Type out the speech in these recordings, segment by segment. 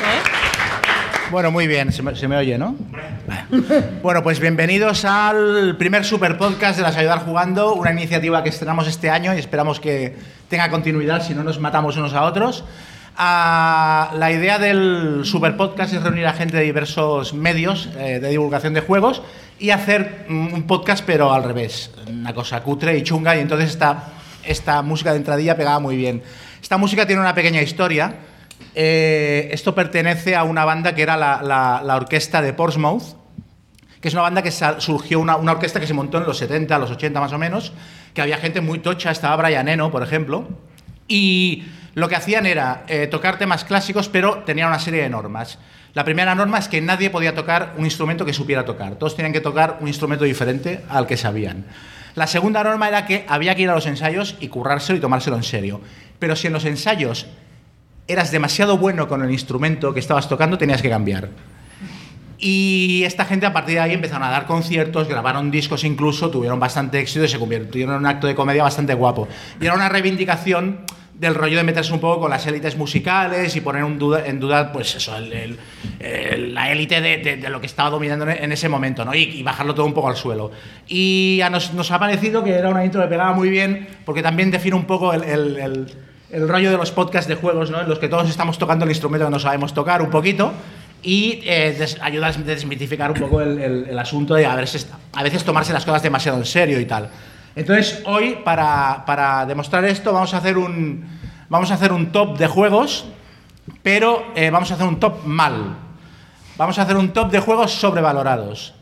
¿eh? Bueno, muy bien, se me, se me oye, ¿no? Bueno, pues bienvenidos al primer super podcast de Las Ayudar Jugando, una iniciativa que estrenamos este año y esperamos que tenga continuidad, si no nos matamos unos a otros. Ah, la idea del super podcast es reunir a gente de diversos medios eh, de divulgación de juegos y hacer mm, un podcast, pero al revés, una cosa cutre y chunga, y entonces esta, esta música de entradilla pegaba muy bien. Esta música tiene una pequeña historia. Eh, esto pertenece a una banda que era la, la- la orquesta de Portsmouth, que es una banda que sal- surgió, una, una orquesta que se montó en los 70, los 80 más o menos, que había gente muy tocha, estaba Brian Eno, por ejemplo, y lo que hacían era eh, tocar temas clásicos, pero tenían una serie de normas. La primera norma es que nadie podía tocar un instrumento que supiera tocar, todos tenían que tocar un instrumento diferente al que sabían. La segunda norma era que había que ir a los ensayos y currárselo y tomárselo en serio. Pero si en los ensayos eras demasiado bueno con el instrumento que estabas tocando, tenías que cambiar. Y esta gente a partir de ahí empezaron a dar conciertos, grabaron discos incluso, tuvieron bastante éxito y se convirtieron en un acto de comedia bastante guapo. Y era una reivindicación del rollo de meterse un poco con las élites musicales y poner un duda- en duda pues eso, el- el- el- la élite de, de- de lo que estaba dominando en- en ese momento ¿no? y, y bajarlo todo un poco al suelo. Y a nos, nos ha parecido que era una intro que pegaba muy bien porque también define un poco el- el- el, el rollo de los podcasts de juegos, ¿no? En los que todos estamos tocando el instrumento que no sabemos tocar un poquito y eh, des- ayuda a desmitificar un poco el, el- el asunto de a veces, a veces tomarse las cosas demasiado en serio y tal. Entonces, hoy, para, para demostrar esto, vamos a hacer un, vamos a hacer un top de juegos, pero eh, vamos a hacer un top mal. Vamos a hacer un top de juegos sobrevalorados.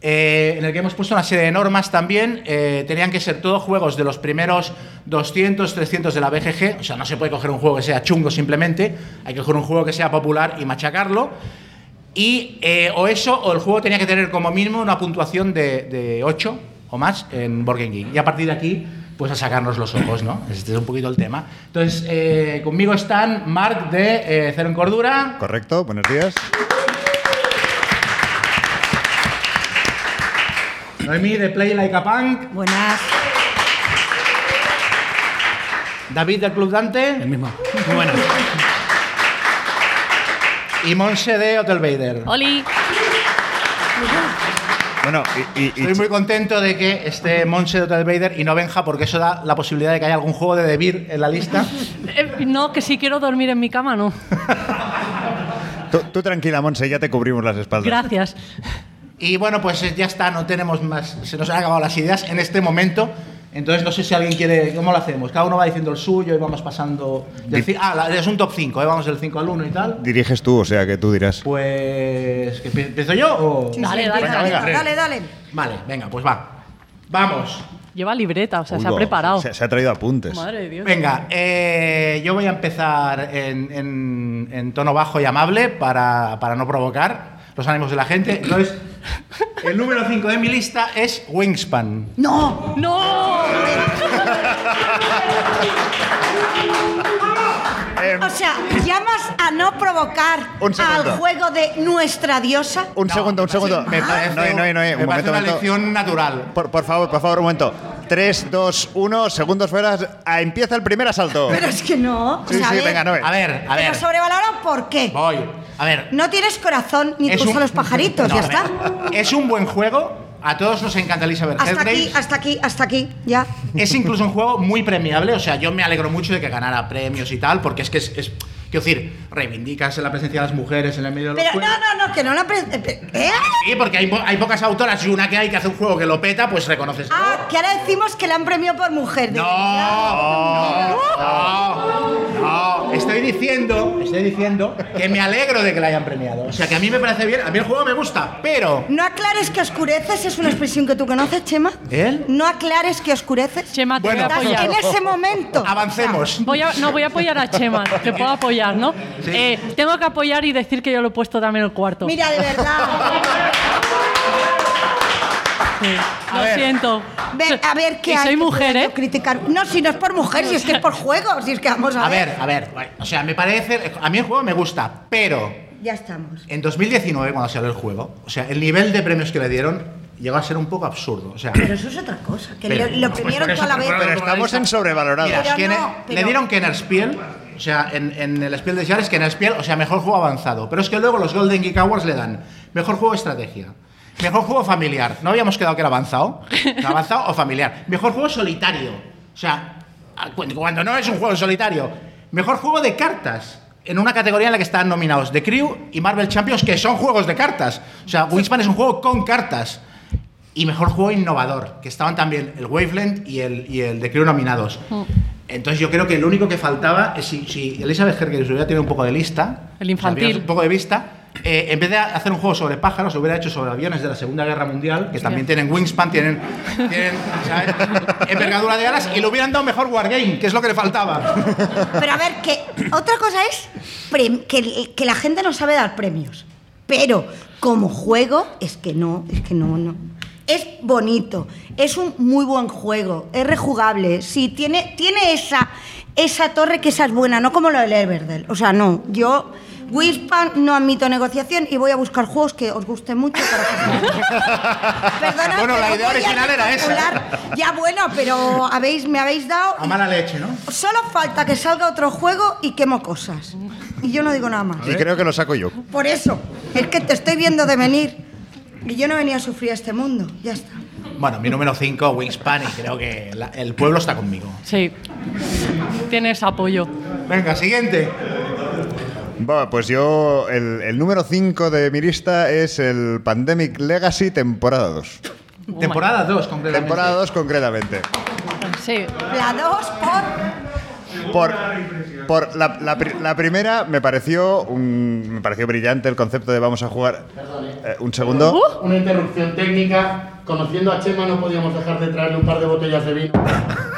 Eh, en el que hemos puesto una serie de normas también. eh, tenían que ser todos juegos de los primeros 200, 300 de la BGG. O sea, no se puede coger un juego que sea chungo simplemente. Hay que coger un juego que sea popular y machacarlo. Y eh, o eso, o el juego tenía que tener como mínimo una puntuación de, de 8 o más en Board Game Geek. Y a partir de aquí, pues a sacarnos los ojos, ¿no? Este es un poquito el tema. Entonces, eh, conmigo están Mark de eh, Cero en Cordura. Correcto, buenos días. Noemí de Play Like a Punk. Buenas. David del Club Dante. El mismo. Muy buenas. Y Monse de Hotel Vader. Oli. Bueno, y, y- y- Estoy muy contento de que esté Monse de Hotel Vader y no Benja, porque eso da la posibilidad de que haya algún juego de Debir en la lista. Eh, no, que si quiero dormir en mi cama, no. tú, tú tranquila, Monse, ya te cubrimos las espaldas. Gracias. Y bueno, pues eh, ya está, no tenemos más. Se nos han acabado las ideas en este momento. Entonces no sé si alguien quiere. ¿Cómo lo hacemos? Cada uno va diciendo el suyo y vamos pasando. del Di- ci- ah, la- es un top 5, vamos del 5 al 1 y tal. Diriges tú, o sea que tú dirás. Pues. ¿que empie- ¿Empiezo yo o.? Dale, dale, Venga, dale, venga. Dale, dale. Vale, venga, pues va. Vamos. Lleva libreta, o sea, se Uy, ha va, preparado. Se, se ha traído apuntes. Madre de Dios. Venga, eh, yo voy a empezar en, en- en tono bajo y amable para, para no provocar los ánimos de la gente. Entonces, el número 5 de mi lista es Wingspan. No. ¡No! Eh, Ah, O sea, llamas a no provocar Un segundo. al juego de nuestra diosa. un segundo, un segundo. Ah, Me parece, no, no, no, no, me parece un momento, una momento. lección natural. Por, por favor, por favor, un momento. 3, 2, 1, segundos fuera. Ah, empieza el primer asalto. Pero es que no. O Sí, sea, a sí, ver, venga, no A ver, a ver. Pero sobrevaloran por qué. Voy. A ver, No tienes corazón ni Es tus un- a los pajaritos, No, ya a ver, está. Es un buen juego. A todos nos encanta Elizabeth Hasta Hellgrave. aquí, hasta aquí, hasta aquí, ya. Es incluso un juego muy premiable, o sea, yo me alegro mucho de que ganara premios y tal, porque es que es, es- quiero decir, reivindicas la presencia de las mujeres en el medio de los Pero juegos. no, no, no, que no la pre- eh, eh, Sí, porque hay, po- hay pocas autoras y una que hay que hace un juego que lo peta, pues reconoces. Ah, que ahora decimos que la han premiado por mujer. no, no, no, Estoy diciendo, estoy diciendo que me alegro de que la hayan premiado. O sea, que a mí me parece bien, a mí el juego me gusta, pero No aclares que oscureces, es una expresión que tú conoces, Chema. ¿El? No aclares que oscureces. Chema, te Bueno, voy a pues, Estás apoyar. en ese Ah, momento. avancemos. Voy a- no, voy a apoyar a Chema, que puedo apoyar, ¿no? Sí. Eh, tengo que apoyar y decir que yo lo he puesto también el cuarto. Mira, de verdad. Sí. A Lo ver. siento. Ve- a ver qué Y hay soy que mujer, pueda ¿eh? yo criticar. No, si no es por mujer, si es que es por juego, si es que vamos a, A ver, a ver, o sea, me parece, a mí el juego me gusta, pero Ya estamos. En 2019, cuando salió el juego, o sea, el nivel de premios que le dieron llegó a ser un poco absurdo. O sea, Pero eso es otra cosa, que Pero- lo, lo pues primieron por eso toda la te vez. fueron Pero estamos en sobrevalorados. mira, pero Kenner- no, pero- le dieron Kennerspiel O sea, en, en el Spiel de Jahres que en el Spiel, o sea, mejor juego avanzado. Pero es que luego los Golden Geek Awards le dan mejor juego estrategia, mejor juego familiar. No habíamos quedado que era avanzado. Avanzado o familiar. Mejor juego solitario. O sea, a- cu- cuando no es un juego solitario. Mejor juego de cartas. En una categoría en la que están nominados The Crew y Marvel Champions, que son juegos de cartas. O sea, Wingspan es un juego con cartas. Y mejor juego innovador, que estaban también el Wavelength y el, y el de Crew nominados. Mm. Entonces yo creo que lo único que faltaba, es si, si Elizabeth Herger hubiera tenido un poco de lista, El infantil. o sea, un poco de vista, eh, en vez de hacer un juego sobre pájaros, lo hubiera hecho sobre aviones de la Segunda Guerra Mundial, que también tienen wingspan, tienen, tienen ¿sabes? envergadura de alas, y le hubieran dado mejor wargame, que es lo que le faltaba. Pero a ver, que otra cosa es prem- que, que la gente no sabe dar premios. Pero como juego, es que no, es que no, no. Es bonito, es un muy buen juego, es rejugable. Sí, tiene, tiene esa, esa torre que esa es buena, no como lo del Everdell. O sea, no, yo. Wispan no admito negociación y voy a buscar juegos que os gusten mucho para Perdona, Bueno, la pero idea voy a original era esa. calcular. Ya bueno, pero habéis, me habéis dado A mala leche, ¿no? Solo falta que salga otro juego y quemo cosas. Y yo no digo nada más. Y creo que lo saco yo. Por eso, es que te estoy viendo de venir. Y yo no venía a sufrir a este mundo. Ya está. Bueno, mi número 5, wingspan, y creo que la- el pueblo está conmigo. Sí. Tienes apoyo. Venga, siguiente. Bueno, pues yo, el, el número 5 de mi lista es el Pandemic Legacy temporada 2. Oh my Temporada 2, completamente. Temporada 2 concretamente. God. Sí. La dos por. Por, por la, la pri- la primera me pareció, un- me pareció brillante el concepto de vamos a jugar... Eh, un segundo. Uh, Una interrupción técnica. Conociendo a Chema no podíamos dejar de traerle un par de botellas de vino.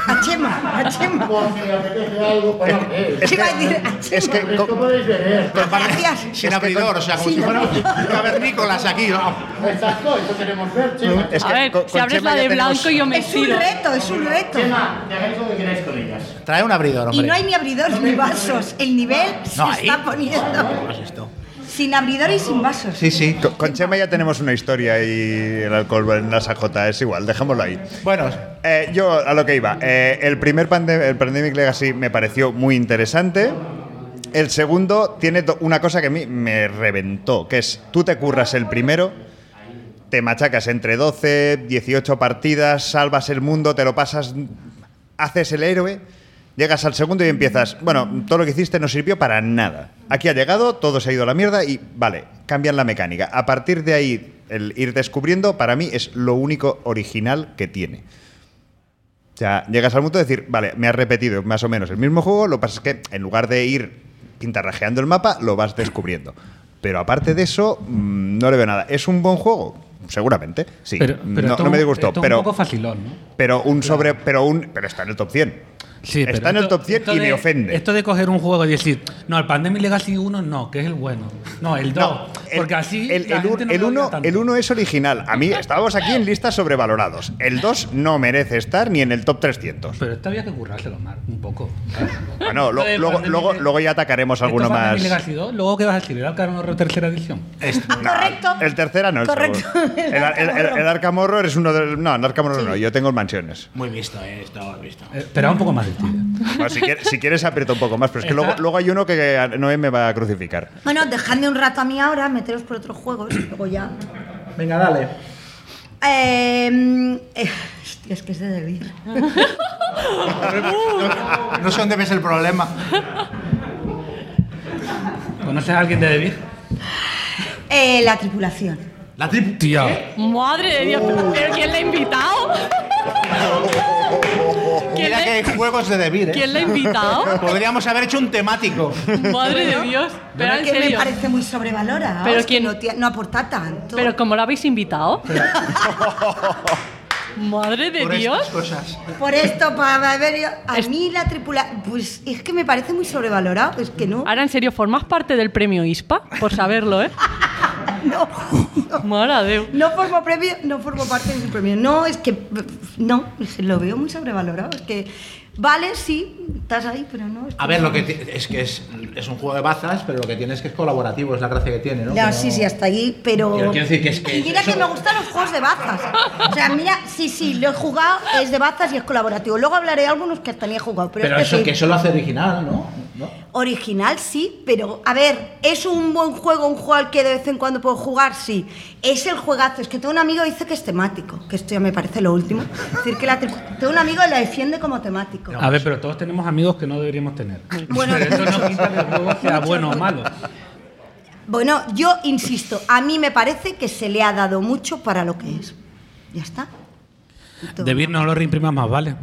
A Chema, a Chema. Por si le apetece algo pues para beber. Te iba a decir, a Chema. Es que Esto co- podéis beber. Gracias. Sin abridor, o sea, como si fueran cavernícolas aquí. ¿no? Exacto, eso queremos ver, Chema. Es a que ver, con- si con abres Chema la ya de tenemos- blanco yo me Es un tiro. reto, es un reto. Chema, que hagáis lo que queráis con ellas. Trae un abridor, Y hombre. no hay ni abridores ni vasos. El nivel se No, ahí. está poniendo. es esto? Sin abridor y sin vasos. Sí, sí. Con, con Chema ya tenemos una historia y el alcohol en la sajota es igual, dejémoslo ahí. Bueno, Eh, yo a lo que iba. Eh, el primer pande- el Pandemic Legacy me pareció muy interesante. El segundo tiene do- una cosa que a mí me reventó, que es tú te curras el primero, te machacas entre 12, 18 partidas, salvas el mundo, te lo pasas, haces el héroe, llegas al segundo y empiezas, bueno, todo lo que hiciste no sirvió para nada. Aquí ha llegado, todo se ha ido a la mierda y vale, cambian la mecánica. A partir de ahí, el ir descubriendo para mí es lo único original que tiene. O sea, llegas al punto de decir, vale, me has repetido más o menos el mismo juego, lo que pasa es que en lugar de ir pintarrajeando el mapa, lo vas descubriendo. Pero aparte de eso, mm, no le veo nada. ¿Es un buen juego? Seguramente, sí. Pero, pero no, esto no me un- disgustó, esto pero, un poco facilón, ¿no? pero un sobre... Pero, un, pero está en el top 100. Sí, está pero en el esto- top 100 esto y de- me ofende. Esto de coger un juego y decir, no, el Pandemic Legacy 1 no, que es el bueno. No, el 2. No, el- porque así. el, la el, gente un- no el lo odia uno, tanto. el uno es original. A mí estábamos aquí en listas sobrevalorados. El 2 no merece estar ni en el top 300. Pero esto había que currárselo más, un poco. Bueno, lo- Esto de luego, Pandemic- luego, luego ya atacaremos esto alguno Pandemic más. Legacy 2, luego que vas a decir, el Arkham Horror tercera edición. Ah, correcto. El tercero no. el Correcto. segundo. El, el, el, el Arkham Horror es uno de No, el Arkham Horror no. Yo tengo el mansiones. muy visto, eh, esto, visto. Esperaba un poco más de ti. Bueno, si, quieres, si quieres aprieta un poco más, pero es que luego, luego hay uno que Noé me va a crucificar. Bueno, dejadme un rato a mí ahora, meteros por otros juegos y luego ya. Venga, dale. Eh, mm, eh, hostia, es que es de David. No, no sé dónde ves el problema. ¿Conoces a alguien de David? Eh, la tripulación. La trip. ¿Eh? Tía. Madre de Dios, pero- pero ¿quién le ha invitado? ¿Quién Mira que hay le, juegos de debir, ¿eh? ¿quién le ha invitado? Podríamos haber hecho un temático. Madre de Dios. Pero en que me serio. parece muy sobrevalorada. Pero es que quién- no, tie- no aporta tanto. Pero ¿cómo lo habéis invitado? Madre de por estas Dios. cosas. Por esto, para haber ido- A Es- mí la tripulación. Pues es que me parece muy sobrevalorado. Es que no. Ahora, en serio, ¿formas parte del premio ISPA? Por saberlo, ¿eh? No. Mara de... No formo, premio, no formo parte de su premio. No, es que. No, es que lo veo muy sobrevalorado. Es que. Vale, sí, estás ahí, pero no. es que A ver, no. lo que ti- es que es, es un juego de bazas, pero lo que tiene es que es colaborativo, es la gracia que tiene, ¿no? Ya, Que no- sí, sí, hasta ahí, pero. Quiero- quiero decir que es que Y mira eso- que me gustan los juegos de bazas. O sea, mira, sí, sí, lo he jugado, es de bazas y es colaborativo. Luego hablaré de algunos que hasta ni he jugado. Pero, Pero es que eso, sí. que eso lo hace original, ¿no? ¿No? Original sí, pero a ver, ¿es un buen juego, un juego al que de vez en cuando puedo jugar? Sí. Es el juegazo. Es que tengo un amigo que dice que es temático, que esto ya me parece lo último. Es decir, que la te- tengo un amigo que la defiende como temático. A ver, pero todos tenemos amigos que no deberíamos tener. Bueno, pero eso no quita que el juego sea muchos, bueno o muchos. malo. Bueno, yo insisto, a mí me parece que se le ha dado mucho para lo que es. Ya está. Y todo. Debir no lo reimprimas más, ¿vale?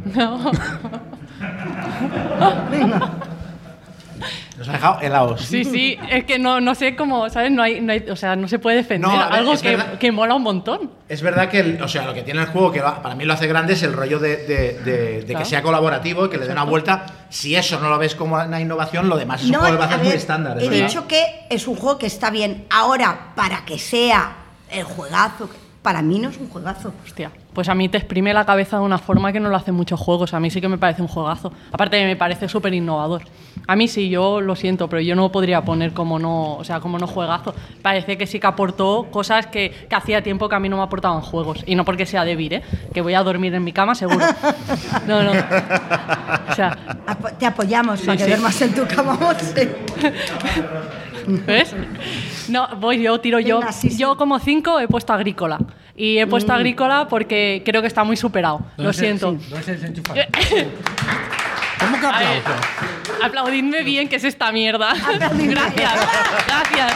Nos ha dejado helados. Sí, sí, es que no, no sé cómo, ¿sabes? No hay, no hay- o sea, no se puede defender No, a ver, algo es que, verdad. que mola un montón. Es verdad que, el- o sea, lo que tiene el juego que va- para mí lo hace grande es el rollo de, de- de- de que Claro. sea colaborativo y que le dé una vuelta. Si eso no lo ves como una innovación, lo demás es un No, juego de bazas a muy ver, estándar. es He verdad. dicho que es un juego que está bien. Ahora, para que sea el juegazo, que para mí no es un juegazo. Hostia, pues a mí te exprime la cabeza de una forma que no lo hacen muchos juegos. A mí sí que me parece un juegazo. Aparte, me parece súper innovador. A mí sí, yo lo siento, pero yo no podría poner como no, o sea, como no juegazo. Parece que sí que aportó cosas que, que hacía tiempo que a mí no me aportaban juegos. Y no porque sea débil, ¿eh? Que voy a dormir en mi cama, seguro. No, no. O sea, Apo- te apoyamos Sí, para que sí. duermas en tu cama, Monse. ¿Ves? No, voy yo, tiro yo. Venga, sí, Mm. sí. Yo como cinco he puesto agrícola. Y he puesto agrícola porque creo que está muy superado. Lo ¿Dónde se- siento. sí, ¿Dónde se desenchufa? ¿Cómo que A ver, aplauso? aplaudidme bien, que es esta mierda. Aplaudidme gracias, gracias.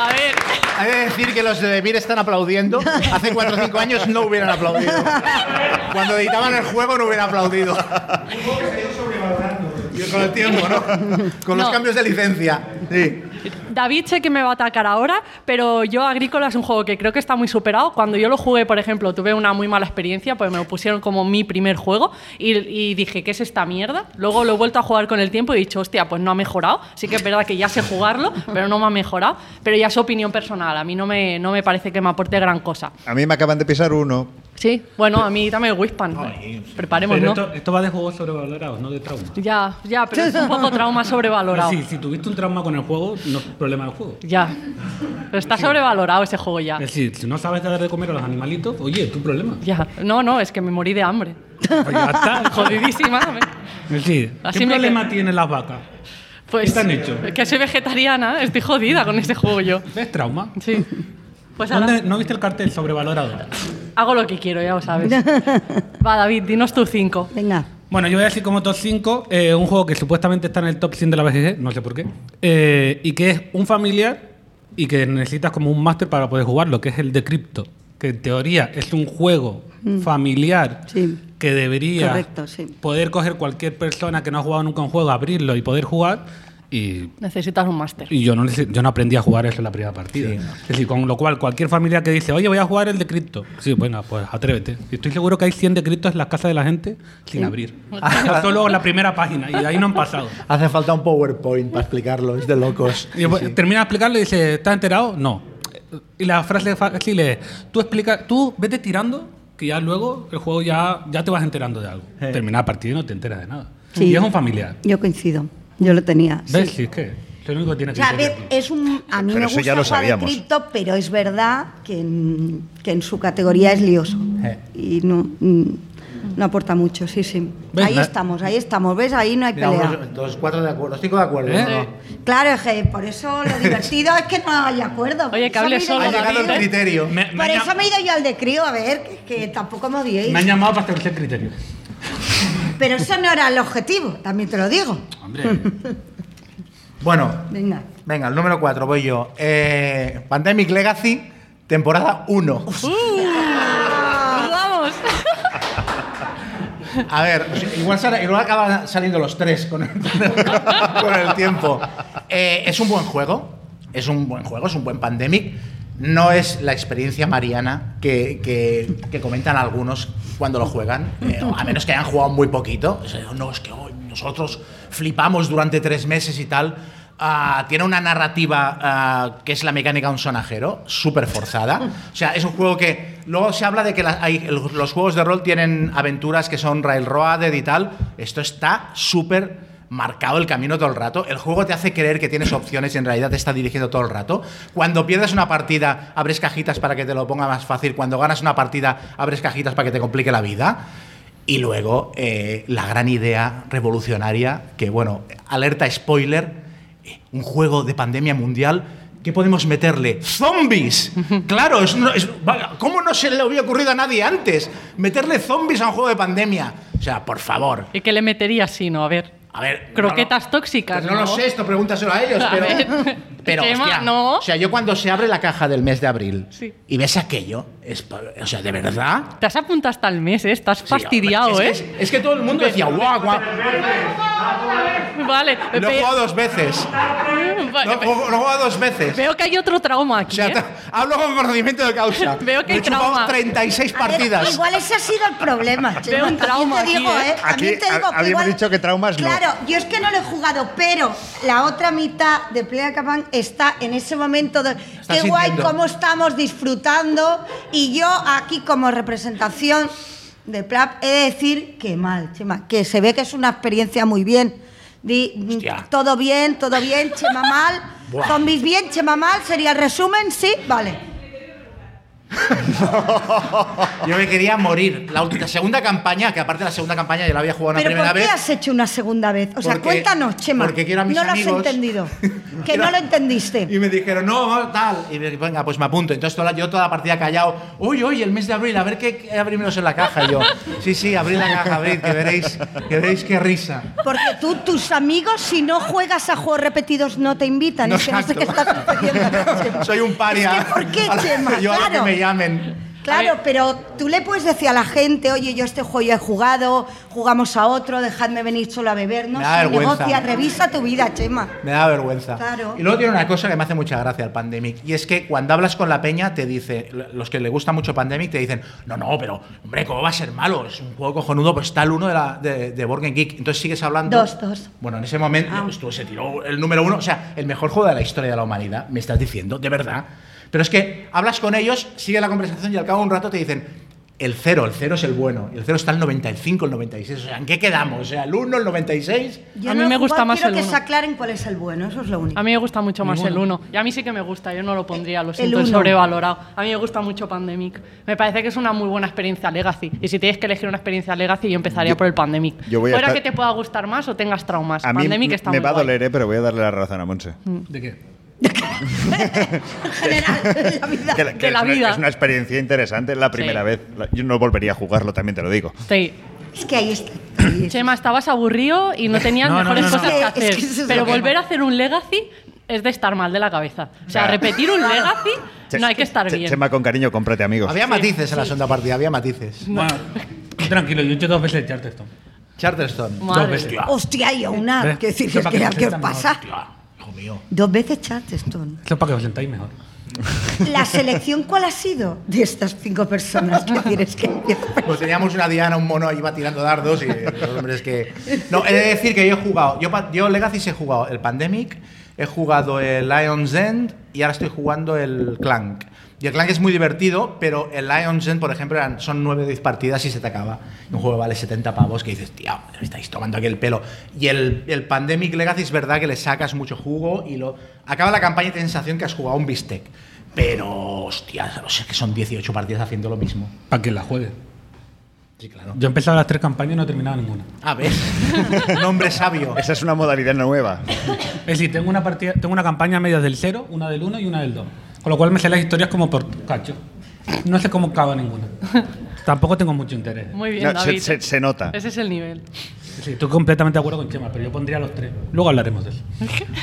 A ver, Hay que decir que los de Debir están aplaudiendo. Hace 4 o 5 años no hubieran aplaudido. Cuando editaban el juego no hubieran aplaudido. Y Con el tiempo, ¿no? Con los No. cambios de licencia. Sí. David sé que me va a atacar ahora, pero yo Agrícola es un juego que creo que está muy superado. Cuando yo lo jugué, por ejemplo, tuve una muy mala experiencia, pues me lo pusieron como mi primer juego y, y dije, ¿qué es esta mierda? Luego lo he vuelto a jugar con el tiempo y he dicho, hostia, pues no ha mejorado. Sí que es verdad que ya sé jugarlo, pero no me ha mejorado. Pero ya es opinión personal, a mí no me, no me parece que me aporte gran cosa. A mí me acaban de pisar uno. Sí, bueno, a mí también Wispan. Preparemos, Pero ¿no? esto, esto va de juegos sobrevalorados, no de trauma. Ya, ya, pero es un poco trauma sobrevalorado. Sí, si tuviste un trauma con el juego, no es problema del juego. Ya. Pero está sobrevalorado ese juego ya. Es decir, si no sabes dar de comer a los animalitos, oye, es tu problema. Ya. No, no, es que me morí de hambre. Pues ya está. Jodidísima. me- Es decir, Así ¿qué me problema quedo. tienen las vacas? Pues, ¿Qué te han hecho? es Que soy vegetariana, estoy jodida con este juego yo. ¿Ves trauma? Sí. Pues ¿Dónde- ahora ¿No viste el cartel sobrevalorado? hago lo que quiero, ya lo sabes. Va, David, dinos tu 5. Venga. Bueno, yo voy a decir como top 5 eh, un juego que supuestamente está en el top 100 de la BGG, no sé por qué, eh, y que es un familiar y que necesitas como un máster para poder jugarlo, que es el de Crypto, que en teoría es un juego familiar Mm. Sí. que debería Correcto, sí. poder coger cualquier persona que no ha jugado nunca un juego, abrirlo y poder jugar. Y, Necesitas un máster. y yo, no, neces- yo no aprendí a jugar eso en la primera partida. Es decir, con lo cual cualquier familia que dice, oye, voy a jugar el de Crypto, sí, bueno, pues atrévete. Y estoy seguro que hay 100 de Cryptos en las casas de la gente sin abrir. Ah. Solo la primera página y de ahí no han pasado. Hace falta un PowerPoint para explicarlo, es de locos. Y después termina de explicarlo y dice, ¿estás enterado? No. Y la frase fácil es, tú explica, tú vete tirando, que ya luego el juego ya, ya te vas enterando de algo. Termina la partida y no te enteras de nada. Sí. Y es un familiar. Yo coincido. Yo lo tenía. sí. ¿Ves? Sí, es que es lo único que tiene O que sea, a ver, criterio, tío. es un. A mí Pero me eso gusta ya lo jugar de sabíamos. cripto, pero es verdad que en, que en su categoría es lioso. Eh. Y no, mm, no aporta mucho, sí, sí. ¿Ves? Ahí Na- estamos, ahí estamos, ¿ves? Ahí no hay Mira, pelea. unos, dos, cuatro de acuerdo, cinco de acuerdo. ¿Eh? ¿no? Claro, es que por eso lo divertido es que no hay acuerdo. Por Oye, eso que hable me he ido solo, Ha yo al llegado David, el crío. ¿eh? criterio. Me- me Por han eso llam- me he ido yo al de crío, a ver, que, que tampoco me odiéis. me han llamado para establecer criterio. Pero eso no era el objetivo, también te lo digo. Hombre. Bueno, Venga. venga, el número 4, voy yo. Eh, Pandemic Legacy, temporada 1. Ah. ¡Vamos! A ver, o sea, igual, sale- igual acaban saliendo los tres con el, con el tiempo. Eh, es un buen juego, es un buen juego, es un buen pandemic. No es la experiencia mariana que, que- que comentan algunos cuando lo juegan, eh, a menos que hayan jugado muy poquito. O sea, no, es que oh, nosotros flipamos durante tres meses y tal. Ah, tiene una narrativa ah, que es la mecánica de un sonajero, súper forzada. O sea, es un juego que. Luego se habla de que la- hay- el- los juegos de rol tienen aventuras que son railroaded y tal. Esto está súper marcado el camino todo el rato. El juego te hace creer que tienes opciones y en realidad te está dirigiendo todo el rato. Cuando pierdes una partida, abres cajitas para que te lo ponga más fácil. Cuando ganas una partida, abres cajitas para que te complique la vida. Y luego eh, la gran idea revolucionaria, que bueno, alerta spoiler, eh, un juego de pandemia mundial. ¿Qué podemos meterle? ¡Zombies! Claro, es, una- es- vaya, ¿cómo no se le había ocurrido a nadie antes meterle zombies a un juego de pandemia? O sea, por favor. ¿Y qué le metería si no? A ver. A ver. Croquetas no, no. tóxicas, No, lo ¿no? sé, esto pregúntaselo a ellos, A pero. ver, pero, Chema, hostia, no. O sea, yo cuando se abre la caja del mes de abril Sí. y ves aquello, es pa- o sea, de verdad. Te has apuntado hasta el mes, ¿eh? Estás Sí, hombre, fastidiado, es que- ¿eh? es, que todo el mundo decía, guau, guau. Vale. Lo he ve- jugado dos veces. va- Lo, ve- lo he jugado dos veces. Veo que hay otro trauma O aquí, sea, ¿eh? ta- hablo con conocimiento de causa. Veo que Me he hay chupado trauma. 36 A ver, partidas. igual ese ha sido el problema. Chema. Veo un trauma También aquí, te digo, ¿eh? ¿eh? También Aquí te digo ha- que habíamos igual- dicho que traumas no. Claro, yo es que no lo he jugado, pero la otra mitad de Playacapan está en ese momento de. Está qué guay sintiendo. cómo estamos disfrutando. Y yo aquí, como representación de Plap, he de decir que mal, Chema, que se ve que es una experiencia muy bien. Di- mm, Hostia. todo bien, todo bien, Chema mal. Buah. Zombies bien, Chema mal, sería el resumen, sí, vale. Yo me quería morir. La, ult- la segunda campaña, que aparte la segunda campaña yo la había jugado una ¿Pero primera por qué vez. has hecho una segunda vez? O sea, Porque- cuéntanos, Chema. porque quiero a mis no lo amigos. has entendido. que Quiero- no lo entendiste. Y me dijeron, no, tal. Y me dije, venga, pues me apunto. Entonces toda la- yo toda la partida callado. Uy, uy, el mes de abril, a ver qué, qué abrimos en la caja. Y yo, sí, sí, abrí la caja, abrid, que veréis, que veréis qué risa. Porque tú, tus amigos, si no juegas a juegos repetidos, no te invitan. No, es que no sé qué exacto. está sucediendo. Chema. Soy un paria. Es que, ¿Por qué, A la- Chema? Yo a la que Claro. me llamen. Claro, pero tú le puedes decir a la gente, oye, yo este juego ya he jugado, jugamos a otro, dejadme venir solo a beber, no Me da sé, vergüenza. negocia, revisa tu vida, Chema. Me da vergüenza. Claro. Y luego tiene una cosa que me hace mucha gracia el Pandemic. Y es que cuando hablas con la peña, te dice, los que le gusta mucho Pandemic, te dicen, no, no, pero, hombre, ¿cómo va a ser malo? Es un juego cojonudo, pues está el uno de, la, de, de Board Game Geek. Entonces sigues hablando. Dos, dos. Ah. Bueno, en ese momento pues, tú, se tiró el número uno. O sea, el mejor juego de la historia de la humanidad, me estás diciendo, de verdad. Pero es que hablas con ellos, sigue la conversación y al cabo de un rato te dicen. El cero, el cero es el bueno. y El cero está el 95, el 96. O sea, ¿en qué quedamos? O sea, el 1, el 96. Yo A no mí he me gusta jugado, más quiero el que uno. se aclaren cuál es el bueno, eso es lo único. A mí me gusta mucho más el Ninguno. 1. Y a mí sí que me gusta, yo no lo pondría, lo El siento, es uno. sobrevalorado. A mí me gusta mucho Pandemic. Me parece que es una muy buena experiencia Legacy. Y si tienes que elegir una experiencia Legacy, yo empezaría por el Pandemic. yo voy a Fuera estar- que te pueda gustar más o tengas traumas. A mí Pandemic me está me muy va a guay. doler, eh, pero voy a darle la razón a Monse. ¿De qué? En general, la vida. Que la- que de la es, una, vida. es una experiencia interesante, es la primera Sí. vez. La- Yo no volvería a jugarlo, también te lo digo. Sí. Es que ahí está. ahí está. Chema, estabas aburrido y no tenías No, no, mejores no, no. cosas que Es que- es hacer. que eso es pero lo que- volver a hacer un Legacy es de estar mal de la cabeza. O sea, Claro. repetir un Legacy Che- no hay que estar Che- bien. Chema, con cariño, cómprate, amigos. Había matices en la segunda partida, había matices. Bueno, tú tranquilo, yo he hecho dos veces el Charterstone. Charterstone. Madre. Dos veces. Hostia, y a una. ¿Ves? Quiero decir, Eso es pa' que, que ¿qué os presenta pasa? Hostia, hijo mío. Dos veces Charleston. Esto es para que os sentáis mejor. ¿La selección cuál ha sido de estas cinco personas que quieres que empiece? Pues teníamos una diana, un mono, iba tirando dardos y eh, los hombres que... No, he de decir que yo he jugado, yo, pa- yo Legacy sí he jugado el Pandemic, he jugado el Lion's End y ahora estoy jugando el Clank. Y el Clank es muy divertido, pero el Lion's End, por ejemplo, eran- son 9 o 10 partidas y se te acaba. Un juego que vale 70 pavos que dices, tío, me estáis tomando aquí el pelo. Y el, el Pandemic Legacy es verdad que le sacas mucho jugo y lo acaba la campaña y tienes sensación que has jugado un bistec. Pero, hostia, no sé, que son 18 partidas haciendo lo mismo. Para que la juegue. Sí, claro. Yo he empezado las tres campañas y no he terminado ninguna. A ver, nombre sabio. Esa es una modalidad nueva. Es decir, tengo una, partida, tengo una campaña media del 0, una del 1 y una del 2. Con lo cual me sé las historias como por cacho. No sé cómo acaba ninguna. Tampoco tengo mucho interés. Muy bien, No, David. se, se- se nota. Ese es el nivel. Sí, estoy completamente de acuerdo con Chema, pero yo pondría los tres. Luego hablaremos de eso.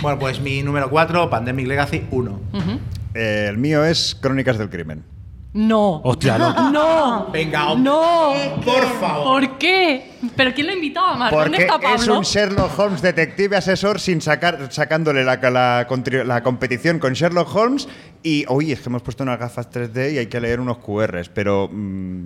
Bueno, pues mi número 4, Pandemic Legacy 1. Eh, el mío es Crónicas del Crimen. No. Hostia, loco. No. Venga, hombre, No. por favor. ¿Por qué? ¿Pero quién lo invitaba, Mar? Ah, ¿Dónde Porque está Pablo? es un Sherlock Holmes detective asesor sin sacar, sacándole la, la contri- la competición con Sherlock Holmes y, oye, es que hemos puesto unas gafas 3D y hay que leer unos QRs, pero mm,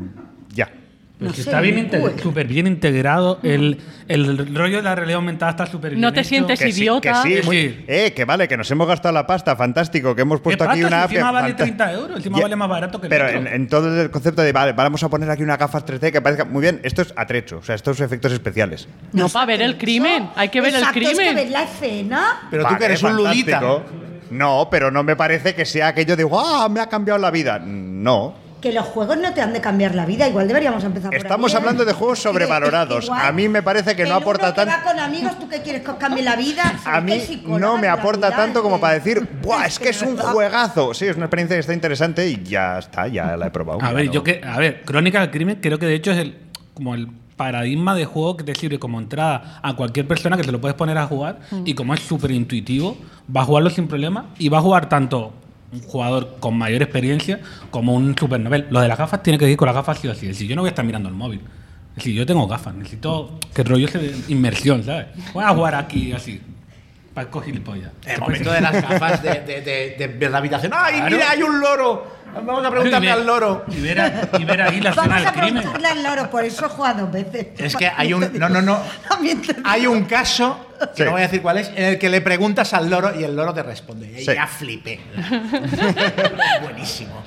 ya. Pero No si sé, está bien inte- uy. súper bien integrado. El, el rollo de la realidad aumentada está súper bien. No te hecho. sientes- Que sí, idiota. que sí, muy- Sí. eh, que vale, que nos hemos gastado la pasta, fantástico, que hemos puesto ¿Qué aquí pasta? una Si app que encima vale fanta- 30 euros, encima Ya, vale más barato que el Pero otro. en, en todo el concepto de, vale, vamos a poner aquí unas gafas 3D que parezca muy bien, esto es atrecho, o sea, estos efectos especiales. No, para ver el crimen. Hay que ver el Exacto, es que crimen. ves la escena. Pero tú Vale, que eres un ludita. fantástico. No, pero no me parece que sea aquello de, ¡guau! me ha cambiado la vida. No. que los juegos no te han de cambiar la vida. Igual deberíamos empezar Estamos por ahí, ¿eh? hablando de juegos sobrevalorados. Igual. A mí me parece que no El uno aporta que tan- va con amigos, ¿tú qué quieres que os cambie la vida? Si A es mí psicóloga no me de la aporta vida, tanto como que- para decir, ¡buah! Es que es no un está". juegazo. Sí, es una experiencia que está interesante y ya está, ya la he probado. A ya ver, no. yo que, a ver, Crónica del Crimen creo que de hecho es el como el paradigma de juego que te sirve como entrada a cualquier persona que te lo puedes poner a jugar Mm. y como es súper intuitivo, va a jugarlo sin problema y va a jugar tanto un jugador con mayor experiencia como un supernovel. Lo de las gafas tiene que ir con las gafas sí o sí. Es decir, yo no voy a estar mirando el móvil. Es decir, yo tengo gafas, necesito que rollo se de inmersión, ¿sabes? Voy a jugar aquí así. Para gilipollas. El momento de las gafas de, de, de- de ver la habitación. ¡Ay, Claro. mira, hay un loro! Vamos a preguntarle al loro. Y ver, a- y ver ahí la escena Vamos del a crimen. preguntarle al loro, por eso juega dos veces. Es que hay un. No, no, no. También te digo. Hay un caso, que Sí. no voy a decir cuál es, en el que le preguntas al loro y el loro te responde. Y ahí Sí. ya flipé. Buenísimo.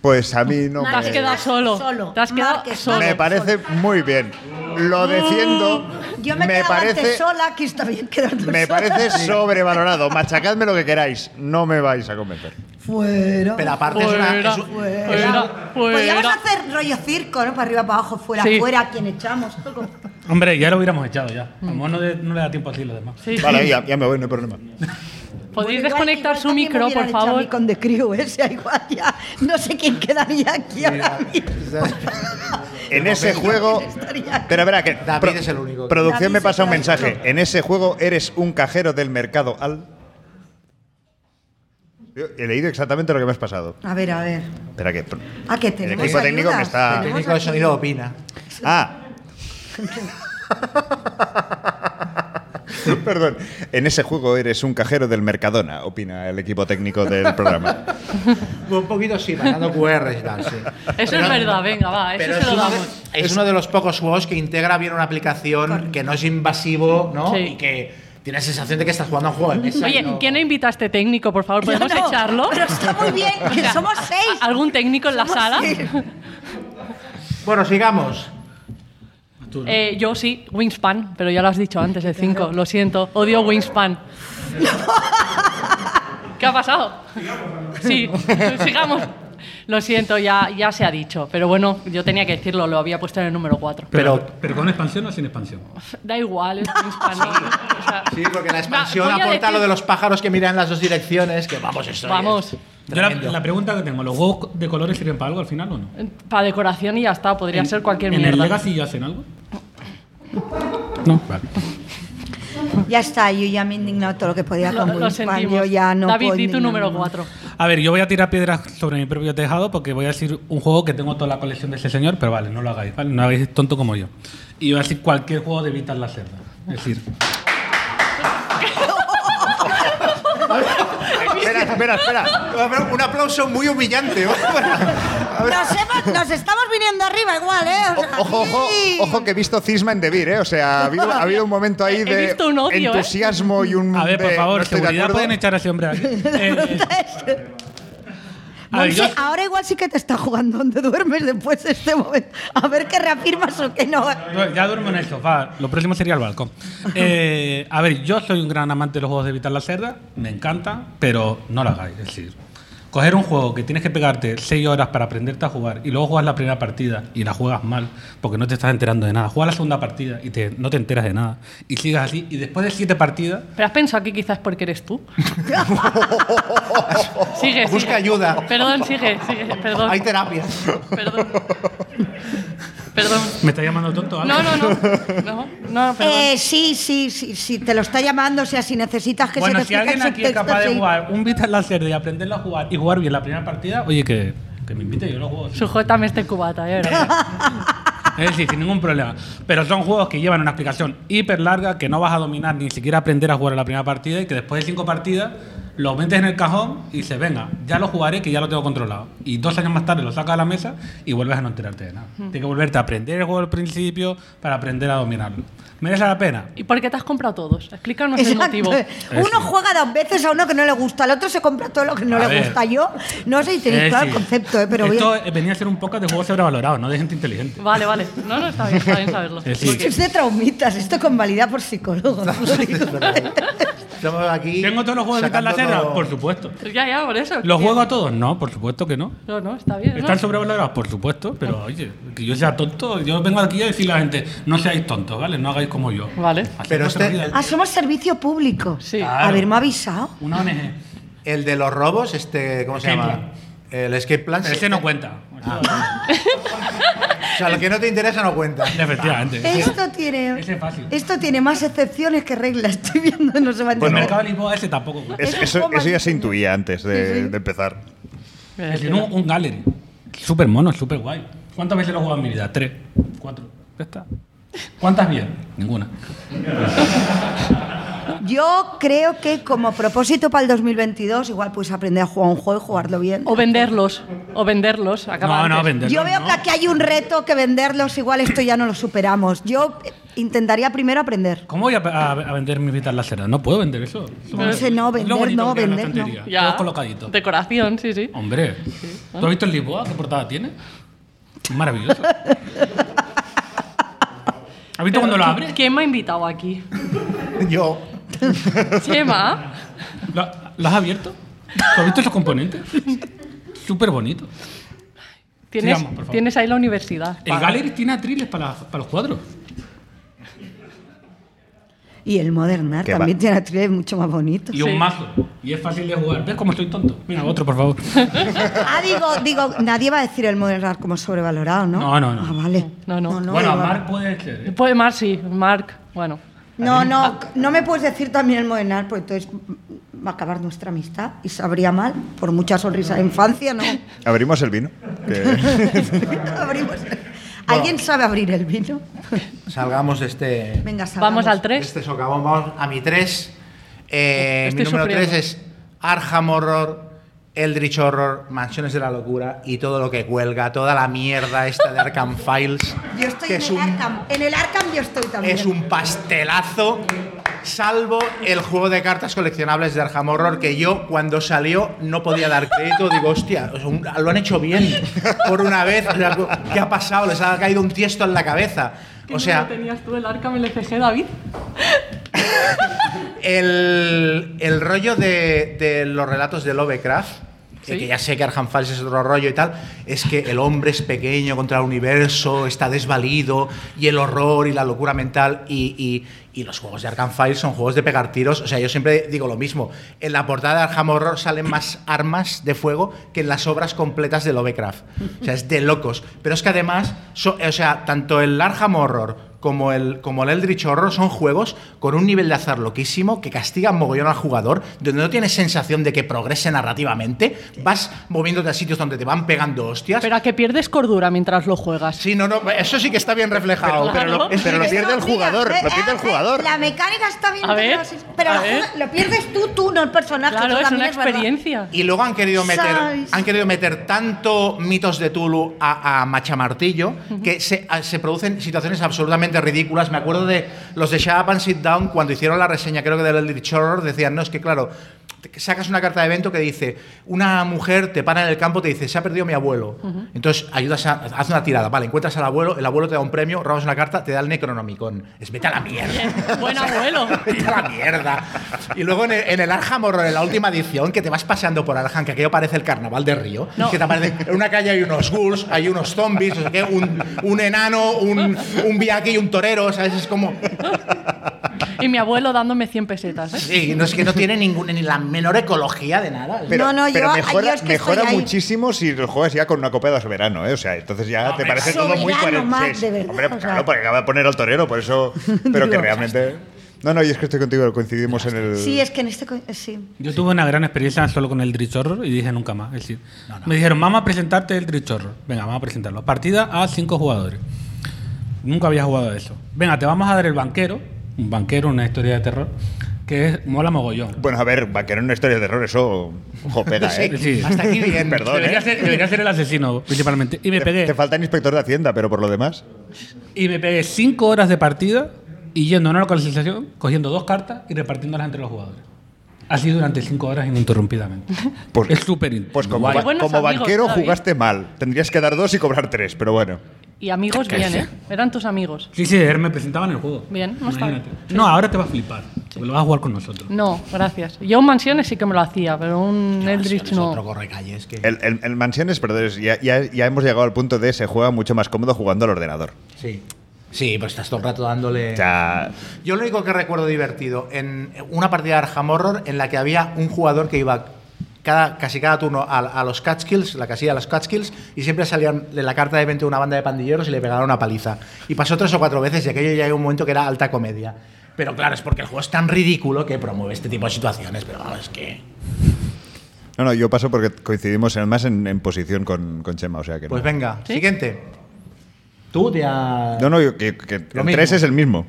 Pues a mí no Te has me... quedado solo. Solo. Te has quedado Marques solo. Me solo. parece muy bien. Lo defiendo. Yo me, quedaba antes sola, aquí está bien quedarme Me sola. parece sobrevalorado. Machacadme lo que queráis. No me vais a convencer. Fuera. Pero aparte es una. Fuera, es un- fuera. es una- Podríamos fuera. hacer rollo circo, ¿no? Para arriba, para abajo, fuera, Sí. fuera, quien echamos. algo. Hombre, ya lo hubiéramos echado ya. A lo mejor no, de- no le da tiempo a decir lo demás. Mm. Sí, sí. Vale, ya, ya me voy, no hay problema. Podéis Igual- desconectar igual su también me micro, hubieran por echado a mí favor. Con The Crew, ¿eh? O sea, igual ya. No sé quién quedaría aquí ahora mismo. En ese juego. Pero verá que. David es el único que- Producción David me pasa un es el único. mensaje. En ese juego eres un cajero del mercado al. Yo he leído exactamente lo que me has pasado. A ver, a ver. Espera que. ¿A qué tenemos? equipo ayudas? técnico me está- El ¿Tenemos técnico de ayudas? sonido opina. Ah. Perdón. En ese juego eres un cajero del Mercadona, opina el equipo técnico del programa. Un poquito sí, mandando QRs y tal, sí. Eso es verdad, venga, va, eso Pero se es lo uno, de, damos. es uno de los pocos juegos que integra bien una aplicación que no es invasivo, ¿no? Sí. Y que tiene la sensación de que estás jugando a un juego de mesa. y Oye, no- ¿quién invita a este técnico, por favor? Yo ¿Podemos no, echarlo? Pero está muy bien, que somos seis. ¿Algún técnico en la Somos sala? seis. Bueno, sigamos. Eh, yo sí, Wingspan, pero ya lo has dicho antes, el 5, lo siento, odio Wingspan. ¿Qué ha pasado? Sí, sigamos. Lo siento, ya, ya se ha dicho, pero bueno, yo tenía que decirlo, lo había puesto en el número 4. Pero- pero con expansión o sin expansión. Da igual, es Wingspan. ¿no? O sea, Sí, porque la expansión voy a aporta decir- lo de los pájaros que miran en las dos direcciones, que vamos, eso Vamos. es Yo la, tremendo. la pregunta que tengo, ¿los juegos de colores sirven para algo al final o no? Para decoración y ya está, podría En- ser cualquier ¿En el mierda. Legacy ya hacen algo? No. Vale. Ya está, yo ya me he indignado todo lo que podía Lo, con lo Wingspan, Yo sentimos. ya no David, puedo di tu indignarme número más. 4. A ver, yo voy a tirar piedras sobre mi propio tejado porque voy a decir un juego que tengo toda la colección de ese señor, pero vale, no lo hagáis, ¿vale? No hagáis tonto como yo. Y voy a decir cualquier juego de Vital la Cerda. Es decir, espera, espera, espera. Bueno, Un aplauso muy humillante. Nos, hemos- nos estamos viniendo arriba igual, ¿eh? O sea, O- Ojo, ojo, sí. ojo que he visto cisma en Debir, ¿eh? O sea, ha habido, ha habido un momento ahí He de visto un odio, ¿eh? entusiasmo y un... a ver, por de, favor, no estoy de seguridad acuerdo. pueden echar a ese hombre aquí. Eh, a ver, Monse, yo- ahora igual sí que te está jugando donde duermes después de este momento. A ver qué reafirmas o qué no. No, Ya duermo en el sofá. Lo próximo sería el balcón. Eh, a ver, yo soy un gran amante de los juegos de Vital la Cerda. Me encanta, pero no lo hagáis. Es decir, coger un juego que tienes que pegarte 6 horas para aprenderte a jugar y luego juegas la primera partida y la juegas mal porque no te estás enterando de nada. Juegas la segunda partida y te- no te enteras de nada. Y sigas así. Y después de 7 partidas, ¿Pero has pensado que quizás porque eres tú? sigue, Busca sigue. ayuda. Perdón, sigue, sigue, perdón. Hay terapias. Perdón. Perdón. me está llamando tonto. ¿vale? No, no, no. No, no, perdón. Eh, sí, sí, sí, sí, te lo está llamando. O sea, si necesitas que bueno, se te si explique alguien el aquí es subtexto, capaz de sí. jugar un Vital la Cerda y aprenderlo a jugar y jugar bien la primera partida, oye, que, que me invite, yo lo juego. sí. Sujétame este cubata, ya verás. Es decir, sin ningún problema. Pero son juegos que llevan una explicación hiper larga que no vas a dominar ni siquiera aprender a jugar a la primera partida y que después de cinco partidas lo metes en el cajón y dices, venga, ya lo jugaré que ya lo tengo controlado. Y dos años más tarde lo sacas a la mesa y vuelves a no enterarte de nada. Tienes que volverte a aprender el juego al principio para aprender a dominarlo. ¿Merece la pena? ¿Y por qué te has comprado todos? Explícanos Exacto. el motivo. Uno Eso. juega dos veces a uno que no le gusta, al otro se compra todo lo que no A le ver. gusta. Yo no sé si tenéis Es claro el decir, concepto, ¿eh? pero esto bien. venía a ser un podcast de juegos sobrevalorados, no de gente inteligente. Vale, vale. No, no, está bien, está bien saberlo. Es Esto decir, es de traumitas, esto con validad por psicólogo. Estamos aquí. ¿Tengo todos los juegos de Vital sacando la Serra? todo. Por supuesto. Ya, ya, por eso. ¿Los Que- juego a todos? No, por supuesto que no. No, no, está bien. ¿no? ¿Están sobrevalorados? Por supuesto, pero Ah. oye, que yo sea tonto, yo vengo aquí a decirle a la gente, no seáis tontos, ¿vale? No hagáis como yo. Vale. Así Pero no se este- rían. Ah, somos servicio público. Sí. Claro. Haberme avisado. Una ONG. Ah. El de los robos, este, ¿cómo se Escape llama? El escape plan. Pero ese no cuenta. Ah. O sea, lo que no te interesa no cuenta. Efectivamente. Esto tiene, Ese es fácil. esto tiene más excepciones que reglas. Estoy viendo, no se va a El entender. mercado de Lisboa ese tampoco cuenta. Es- Eso es eso, como eso ya se el- intuía antes de, Sí, sí. de empezar. Mira, Es decir, un, un gallery. Súper mono, súper guay. ¿Cuántas veces lo he jugado en mi vida? Tres, cuatro. Ya está. ¿Cuántas bien? Ninguna. Yo creo que como propósito para el 2022, igual pues aprender a jugar un juego y jugarlo bien. O venderlos. O venderlos. acaba No, no, antes. venderlos. Yo veo no. que aquí hay un reto que venderlos, igual esto ya no lo superamos. Yo eh, intentaría primero aprender. ¿Cómo voy a, a- a vender mis vitas láseras? No puedo vender eso. No sé, no, Es lo vender bonito no, que hay en la vender no. estantería. Ya. Todo colocadito. Decoración, sí, sí. Hombre, ¿tú has visto el Lisboa? ¿Qué portada tiene? Maravilloso. ¿Has visto cuando lo abres? ¿Quién me ha invitado aquí? Yo. Chema. ¿Lo, lo has abierto? ¿Tú has visto esos componentes? Súper bonito. Tienes, Sigamos, por favor. tienes ahí la universidad. El Gallery tiene atriles para, para los cuadros. Y el Modern Art Que va. también tiene atriles mucho más bonitos. Y un Sí. mazo. Y es fácil de jugar. ¿Ves cómo estoy tonto? Mira, otro, por favor. Ah, digo, digo, nadie va a decir el Modern Art como sobrevalorado, ¿no? No, no, no. Ah, vale. No, no. bueno, a digo- Mark puede ser. ¿eh? Puede, Pues, Mar, sí. Marc, bueno. No, no, no me puedes decir también el Modern Art, porque entonces va a acabar nuestra amistad y sabría mal, por mucha sonrisa de infancia, ¿no? Abrimos el vino. que- Abrimos. ¿Alguien sabe abrir el vino? Salgamos de este. Venga, salgamos. Vamos al de 3. Este socavón. Vamos a mi 3. mi Estoy número 3 sufriendo. es Arham Horror, Eldritch Horror, Mansiones de la Locura y todo lo que cuelga, toda la mierda esta de Arkham Files. Yo estoy que en es el un Arkham. En el Arkham yo estoy también. Es un pastelazo, salvo el juego de cartas coleccionables de Arkham Horror, que yo cuando salió no podía dar crédito. Digo, hostia, o sea, un- lo han hecho bien por una vez. O sea, ¿Qué ha pasado? Les ha caído un tiesto en la cabeza. O sea, tenías tú el Arkham LCG, David? el, el rollo de, de los relatos de Lovecraft, eh, Sí. que ya sé que Arkham Files es otro rollo y tal, es que el hombre es pequeño contra el universo, está desvalido, y el horror y la locura mental, y, y- y los juegos de Arkham Files son juegos de pegar tiros. O sea, yo siempre digo lo mismo. En la portada de Arkham Horror salen más armas de fuego que en las obras completas de Lovecraft. O sea, es de locos. Pero es que además, so- o sea, tanto el Arkham Horror como el, como el Eldritch Horror son juegos con un nivel de azar loquísimo que castigan mogollón al jugador, donde no tienes sensación de que progrese narrativamente, vas moviéndote a sitios donde te van pegando hostias. Pero a que pierdes cordura mientras lo juegas. sí, no, no, eso sí que está bien reflejado. pero lo, Eso sí pero lo que- pierde el No, mira, jugador. ve- Lo pierde el eh, jugador. La mecánica está bien, A pero ver, la- pero a la ver. juega- lo pierdes tú, tú, no el personaje. Claro, eso es también una verdad. experiencia. Y luego han querido meter, Sabes. han querido meter tanto mitos de Tulu a, a Machamartillo que se, a- se producen situaciones absolutamente ridículas. Me acuerdo de los de Shut Up and Sit Down cuando hicieron la reseña, creo que del Eldritch Horror, decían, no, es que claro, te- sacas una carta de evento que dice, una mujer te para en el campo, te dice, se ha perdido mi abuelo. Entonces ayudas a, haz una tirada, vale, encuentras al abuelo, el abuelo te da un premio, robas una carta, te da el Necronomicon. Es vete a la mierda. Buen abuelo. Vete a la mierda. Y luego en el, en el Arkham Horror, en la última edición, que te vas paseando por Arkham, que aquello parece el carnaval de Río, No. que te aparece, en una calle hay unos ghouls, hay unos zombies, o sea, que un, un enano, un, un viaki y un torero, ¿sabes? Es como... Y mi abuelo dándome 100 pesetas, ¿eh? Sí, no es que no tiene ninguna, ni la menor ecología de nada. Pero, No, no, pero yo- mejora, yo es que mejora estoy ahí. muchísimo si lo juegas ya con una copa de soberano, ¿eh? O sea, entonces ya te parece todo muy Soberano, coherente. Marc, Sí, de verdad, Hombre, o sea. claro, porque acaba de poner al torero, por eso. Pero que realmente. No, no, y es que estoy contigo, coincidimos en el. Sí, es que en este. co- Sí. Yo tuve una gran experiencia solo con el Dritch Horror y dije nunca más. Es decir, me dijeron, vamos a presentarte el Dritch Horror. Venga, vamos a presentarlo. Partida a cinco jugadores. Nunca había jugado a eso. Venga, te vamos a dar el banquero. Un banquero, una historia de terror. Que es mola mogollón. Bueno, a ver, vaquero en una historia de terror, eso. Ojo, pega, ¿eh? Sí. Hasta aquí bien. Perdón, Debería ¿eh? ser, debería ser el asesino, principalmente. Y me Te, pegué. te falta el inspector de Hacienda, pero por lo demás. Y me pegué cinco horas de partida y yendo a una localización, cogiendo dos cartas y repartiéndolas entre los jugadores. Así durante cinco horas ininterrumpidamente. Pues- es súper Pues como, guay. ba- Buenos como amigos, banquero David. jugaste mal. Tendrías que dar dos y cobrar tres, pero bueno. Y amigos bien, ¿eh? Eran tus amigos. Sí, sí, me presentaban el juego. Bien, no está Imagínate. bien. No, ahora te va a flipar. Lo vas a jugar con nosotros. No, gracias. Yo un mansiones sí que me lo hacía, pero un Eldritch Es no. Otro correcalles que... El, el- el Mansiones, perdón, es- ya, ya- ya hemos llegado al punto de se juega mucho más cómodo jugando al ordenador. Sí. Sí, pues estás todo el rato dándole... O sea, Yo lo único que recuerdo divertido en una partida de Arkham Horror en la que había un jugador que iba cada, casi cada turno a, a los Catskills, la casilla de los Catskills, y siempre salían de la carta de 20 una banda de pandilleros y le pegaron una paliza. Y pasó tres o cuatro veces y aquello ya hay un momento que era alta comedia. Pero claro, es porque el juego es tan ridículo que promueve este tipo de situaciones, pero vamos, es que... no, no, yo paso porque coincidimos además en, en posición con, con Chema, o sea que no. Pues venga, ¿Sí? siguiente. Tú te ha... No, no, yo- que, que el Lo mismo. 3 es el mismo.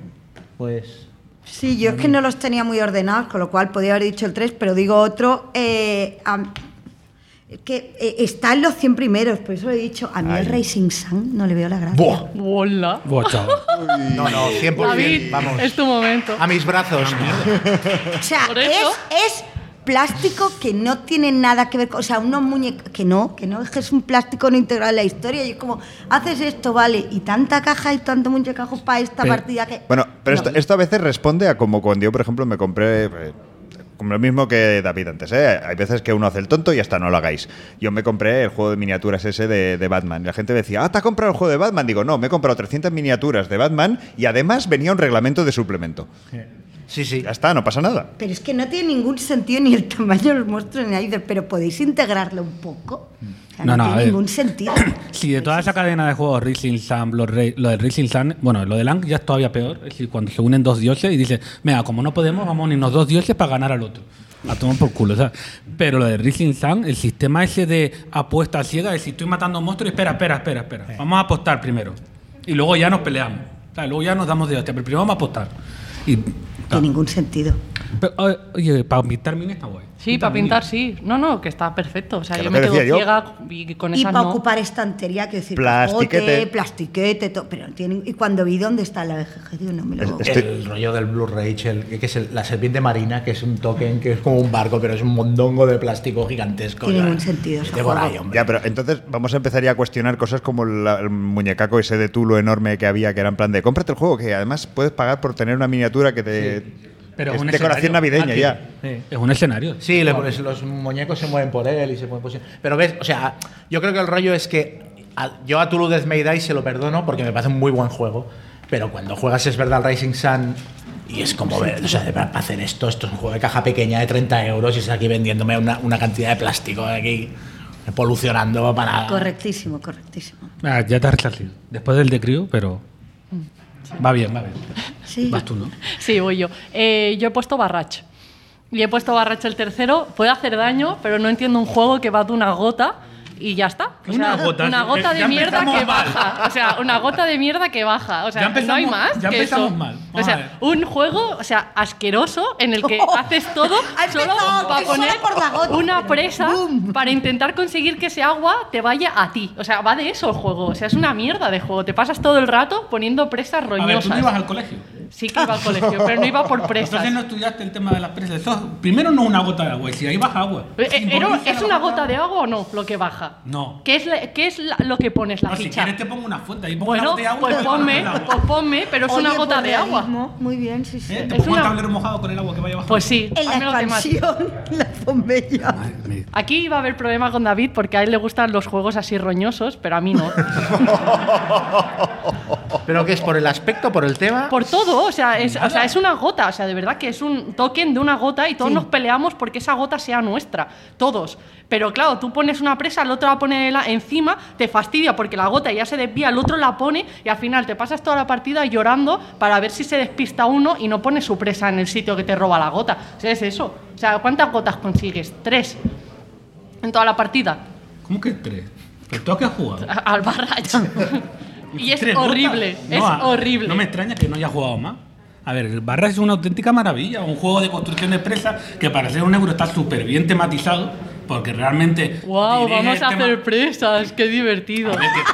Pues... Sí, yo es que no los tenía muy ordenados, con lo cual podía haber dicho el 3, pero digo otro eh, a- que eh, está en los 100 primeros, por eso lo he dicho. A mí el Racing Sun no le veo la gracia. ¡Buah! Hola. Buah, chao. No, no, 100%. David, Ah, vamos. Ah, es tu momento. A mis brazos. O sea, Por es, eso. es plástico que no tiene nada que ver con. O sea, unos muñecos. Que no, que no, es que es un plástico no integral en la historia. Y es como, haces esto, vale, y tanta caja y tanto muñecajos para esta Pero- partida que. Bueno, pero No. esto, esto a veces responde a como cuando yo, por ejemplo, me compré. eh, como lo mismo que David antes, ¿eh? Hay veces que uno hace el tonto y hasta no lo hagáis. Yo me compré el juego de miniaturas ese de, de Batman. Y la gente decía, ah, ¿te has comprado el juego de Batman? Digo, no, me he comprado 300 miniaturas de Batman y además venía un reglamento de suplemento. Sí, sí. Ya está, no pasa nada. Pero es que no tiene ningún sentido ni el tamaño de los monstruos ni nada. Y dices, Pero podéis integrarlo un poco. O sea, no, No, no, a tiene ver. ningún sentido. Sí, de toda esa cadena de juegos, Rising Sun, Blood Ra- lo de Rising Sun, bueno, lo de Lang ya es todavía peor. Es decir, cuando se unen dos dioses y dicen, mira, como no podemos, vamos a unirnos dos dioses para ganar al otro. A tomar por culo, ¿sabes? Pero lo de Rising Sun, el sistema ese de apuesta ciega, es decir, estoy matando monstruos y espera, espera, espera, espera. Vamos a apostar primero. Y luego ya nos peleamos. O sea, luego ya nos damos de hostia, pero primero vamos a apostar. Y. No tiene ningún sentido. Pero, oye, oye, para pintar mini está guay. Sí, para pintar sí. No, no, que está perfecto. O sea, Que yo lo me que quedo decía yo. ciega y con Y esas para no. ocupar estantería, que decir, Plastiquete. cajote, plastiquete, todo. Pero no tiene- y cuando vi dónde está la BGG, digo, no me lo Estoy- El rollo del Blue Rage, el- que es el- la serpiente marina, que es un token, que es como un barco, pero es un mondongo de plástico gigantesco. Tiene ya. un sentido ese Vete por juego. ahí, hombre. Ya, pero entonces vamos a empezar ya a cuestionar cosas como la- el muñecaco ese de Tulo enorme que había, que era en plan de cómprate el juego, que además puedes pagar por tener una miniatura que te. Pero que es es un decoración escenario navideña ágil. ya. Es un escenario. Sí, le pones- los muñecos se mueven por él y se mueven por sí. Pero ves, o sea, yo creo que el rollo es que a- yo a Tulu Death May Die se lo perdono porque me parece un muy buen juego, pero cuando juegas es verdad al Rising Sun y es como, ver, o sea, de- para hacer esto, esto es un juego de caja pequeña de 30 euros y es aquí vendiéndome una, una cantidad de plástico aquí polucionando para... Correctísimo, correctísimo. Ah, ya te has resarcido. Después del de crío, pero. Va bien, va bien. Sí. Vas tú, ¿no? Sí, voy yo. Eh, yo he puesto Barrach. Y he puesto Barrach el tercero. Puede hacer daño, pero no entiendo un juego que va de una gota y ya está. O Una sea, gota, Una sí. gota de Ya mierda empezamos que mal. baja. O sea, una gota de mierda que baja. O Ya sea, empezamos- no hay más. ya que empezamos eso. mal. O Vamos a ver. sea, un juego, o sea, asqueroso en el que haces todo Ha solo empezado para que solo poner por la gota. una presa Boom. para intentar conseguir que ese agua te vaya a ti. O sea, va de eso el juego. O sea, es una mierda de juego. Te pasas todo el rato poniendo presas A ver, roñosas. tú no ibas al colegio. Sí que iba al colegio, pero no iba por presas. Eh, Entonces no estudiaste el tema de las presas. Eso es- primero no es una gota de agua, y si ahí baja agua. Eh, eh, era- Simboliza ¿Es la una gota de agua o no lo que baja? No. ¿Qué es, la- qué es la- lo que pones la No, si ficha? quieres te pongo una fuente. Ahí pongo una bueno, gota de agua. pues y pongo ponme, una gota de pues agua. ponme, pero es una Oye, gota pues, de agua. realismo, Muy bien, sí, sí. ¿Eh? Te es pongo un una- tablero mojado con el agua que vaya bajando. Pues sí, En la hazme lo que más. expansión, la bombella. Aquí va a haber problema con David porque a él le gustan los juegos así roñosos, pero a mí no. ¿Pero qué es? ¿Por el aspecto? ¿Por el tema? Por todo, o sea, es, o sea, es una gota, o sea, de verdad que es un token de una gota y todos nos peleamos porque esa gota sea nuestra, todos. Pero claro, tú pones una presa, el otro la pone la- encima, te fastidia porque la gota ya se desvía, el otro la pone y al final te pasas toda la partida llorando para ver si se despista uno y no pone su presa en el sitio que te roba la gota. O sea, es eso. O sea, ¿cuántas gotas consigues? Tres en toda la partida. ¿Cómo que tres? ¿Pero tú a qué has jugado? A- Al barracho. y es ¿Tres horrible, gotas? es No, a- horrible. No me extraña que no haya jugado más. A ver, el Barra es una auténtica maravilla, un juego de construcción de presas que para ser un euro está súper bien tematizado, porque realmente... ¡Wow! dirige Vamos a el tema- hacer presas, qué divertido. A ver, que el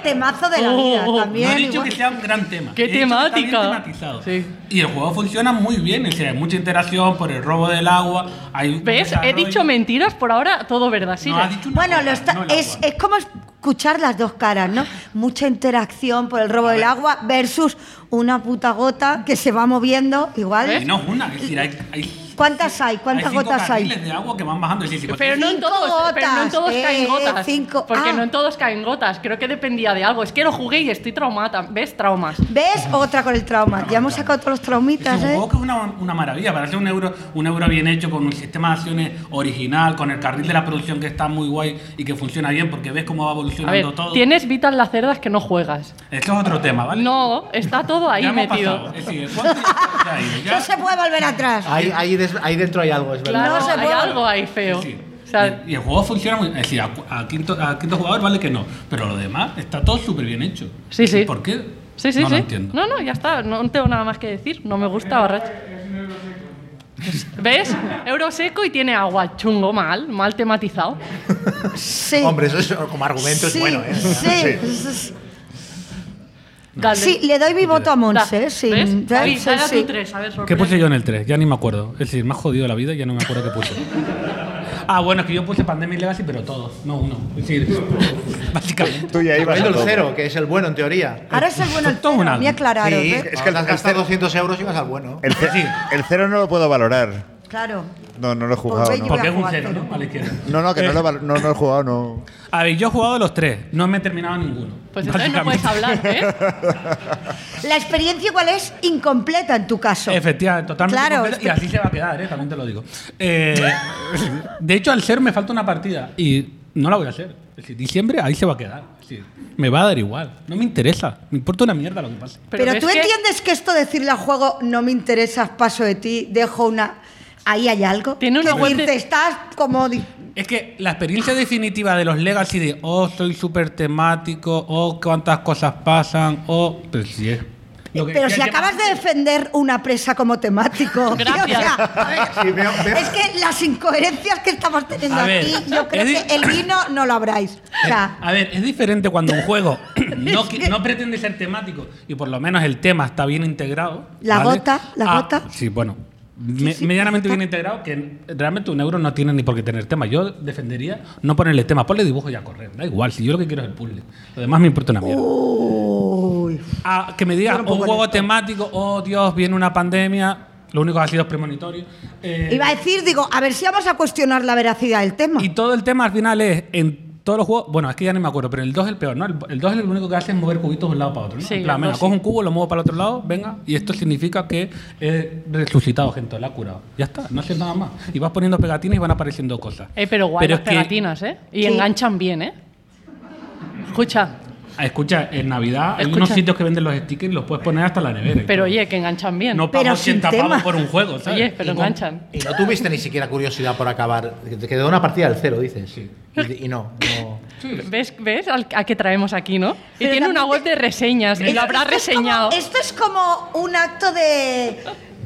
tema- temazo de la Oh, vida oh, también. no he dicho igual. que sea un gran tema. ¡Qué He dicho que está bien temática! tematizado. Sí. Y el juego funciona muy bien. o sea, hay mucha interacción por el robo del agua. Hay un ¿Ves? He desarrollo. dicho mentiras, por ahora todo verdad. Sigue. No, ha dicho una Bueno, cosa, lo está- no el es, agua. es como escuchar las dos caras, ¿no? Mucha interacción por el robo del agua versus una puta gota que se va moviendo igual. Y no es una. Es decir, hay, hay- ¿Cuántas hay? ¿Cuántas hay cinco gotas hay? carriles de agua que van bajando. Es decir, Pero no en Cinco todos, pero no en gotas, todos eh, caen gotas. cinco- porque ah. no en todos caen gotas. Creo que dependía de algo. Es que lo jugué y estoy traumata. ¿Ves? Traumas. ¿Ves? Otra con el trauma. Ya hemos sacado todos los Es un traumitas, ¿eh? juego que es una, una maravilla, para hacer un euro, un euro bien hecho, con un sistema de acciones original, con el carril de la producción que está muy guay y que funciona bien porque ves cómo va A evolucionando ver, todo. tienes vitas las cerdas que no juegas. Esto es otro tema, ¿vale? No, está todo ahí Ya hemos metido. pasado. Eh, Es decir, ¿cuánto tiempo te ha ido? Ya- No se puede volver atrás. Ahí, ahí des- ahí dentro hay algo, es verdad. Claro, No se hay puede. algo ahí feo. Sí, sí. O sea, y, y el juego funciona muy bien. Es decir, a, cu- a quinto, a quinto jugador vale que no, pero lo demás está todo súper bien hecho. Sí, sí. ¿Y ¿Por qué? sí, sí, no sí. Lo entiendo. No, no, ya está. No tengo nada más que decir. No me gusta Barracho. ¿Ves? Euro seco y tiene agua. Chungo, mal. Mal tematizado. Sí. Hombre, eso es, como argumento sí, es bueno, ¿eh? Sí, sí. Galde- Sí, le doy mi voto Da. a Monse. Sí, ¿Ves? David, sí, dale a sí. tu tres, a ver, ¿Qué sorprende. puse pues, yo en el 3? Ya ni me acuerdo. Es decir, me ha jodido la vida y ya no me acuerdo qué puse. Ah, bueno, es que yo puse Pandemic Legacy, pero todos. No uno. Es decir, básicamente. Tú ya ibas Recomiendo a el todo. cero, que es el bueno en teoría. Ahora es el bueno el Todo un cero, álbum. me aclararon, Sí, ¿eh? es que el- has el gastado cero- 200 euros y vas al bueno. El, ce- Sí. el cero no lo puedo valorar. Claro. No, no lo he jugado. Pues ve y No, yo- Porque es un jugar cero, cero. ¿no? A la izquierda. Eh, no, no, que no lo, he val- no, no he jugado, no. A ver, yo he jugado los tres. No me he terminado ninguno. Pues entonces no puedes Básicamente. hablar, ¿eh? La experiencia igual es incompleta en tu caso. Efectivamente, totalmente. Claro, completo, y espe- así se va a quedar, ¿eh? también te lo digo. Eh, de hecho, al ser me falta una partida y no la voy a hacer. Es decir, diciembre ahí se va a quedar. Es decir, me va a dar igual. No me interesa. Me importa una mierda lo que pase. Pero, ves tú que- entiendes que esto de decirle al juego no me interesas, paso de ti, dejo una. Ahí hay algo. Tiene una que web de- te estás como. di- Es que la experiencia definitiva de los Legacy de, oh, soy súper temático, oh, cuántas cosas pasan, oh, pero sí es. lo que- Pero que- si que- acabas de defender una presa como temático. tío, Gracias. o sea, Sí, veo- veo- es que las incoherencias que estamos teniendo A ver, aquí, yo creo es di- Eh. que el vino no lo habráis. O sea, A ver, es diferente cuando un juego no, qui- no pretende ser temático y por lo menos el tema está bien integrado. Ah, La gota, la gota. Sí, bueno. me- sí, medianamente está. bien integrado, que realmente un euro no tiene ni por qué tener tema. Yo defendería no ponerle tema, ponle dibujo y a correr. Da igual, si yo lo que quiero es el puzzle. Lo demás me importa una mierda. uy. A que me digas Yo no un puedo con juego esto. temático, oh Dios, viene una pandemia, lo único que ha sido es premonitorio. eh, Iba a decir, digo, a ver si vamos a cuestionar la veracidad del tema. Y todo el tema al final es en todos los juegos. Bueno, es que ya no me acuerdo, pero el 2 es el peor, ¿no? El, el 2 es lo único que hace es mover cubitos de un lado para otro. ¿no? Sí, En plan, el venga, dos cojo sí. un cubo, lo muevo para el otro lado, venga, y esto significa que he resucitado gente, la he curado. Ya está, no haces nada más. Y vas poniendo pegatinas y van apareciendo cosas. Eh, pero guay las es que- pegatinas, ¿eh? Y Sí. enganchan bien, ¿eh? Escucha, Ah, Escucha, en Navidad hay Escucha. unos sitios que venden los stickers y los puedes poner hasta la nevera. y pero todo. oye, que enganchan bien. no pero pago sin 80 pavos tema. por un juego, ¿sabes? oye, pero enganchan. Y no tuviste ni siquiera curiosidad por acabar. Te quedó una partida del cero, dices. Y, y no, no. ¿Ves, ves al- a qué traemos aquí, no? Y Pero tiene una también web de reseñas, y lo habrá Esto es como- reseñado. esto es como un acto de.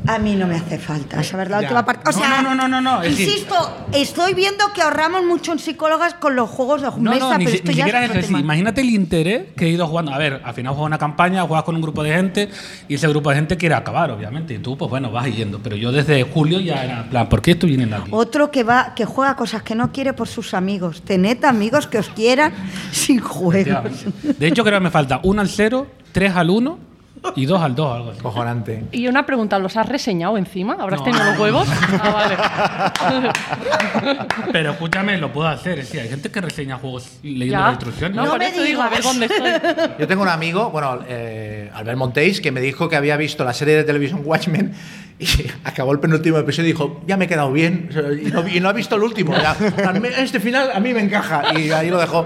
A mí no me hace falta saber la Ya. última parte. O No, sea, no, no, no, no, es decir- insisto, estoy viendo que ahorramos mucho en psicólogas con los juegos de No, mesa, no, ni, pero si- esto ni ya siquiera es es otro así. tema. Imagínate el interés que he ido jugando. A ver, al final juegas una campaña, juegas con un grupo de gente y ese grupo de gente quiere acabar, obviamente. Y tú, pues bueno, vas yendo. Pero yo desde julio ya era en plan, ¿por qué estoy viniendo aquí? Otro que va, que juega cosas que no quiere por sus amigos. Tened amigos que os quieran sin juegos. Efectivamente. De hecho, creo que me falta 1 al 0, 3 al 1 y 2 al 2, algo así. Cojonante. Y una pregunta, ¿los has reseñado encima? ¿Habrás No. tenido los huevos? Ah, vale. Pero escúchame, lo puedo hacer. Es decir, hay gente que reseña juegos leyendo Ya. las instrucciones. No, No por me eso digo, a ver digas. dónde estoy. Yo tengo un amigo, bueno, eh, Albert Montéis, que me dijo que había visto la serie de televisión Watchmen y acabó el penúltimo episodio y dijo, ya me he quedado bien o sea, y no, y no ha visto el último. ya. este final a mí me encaja y ahí lo dejó.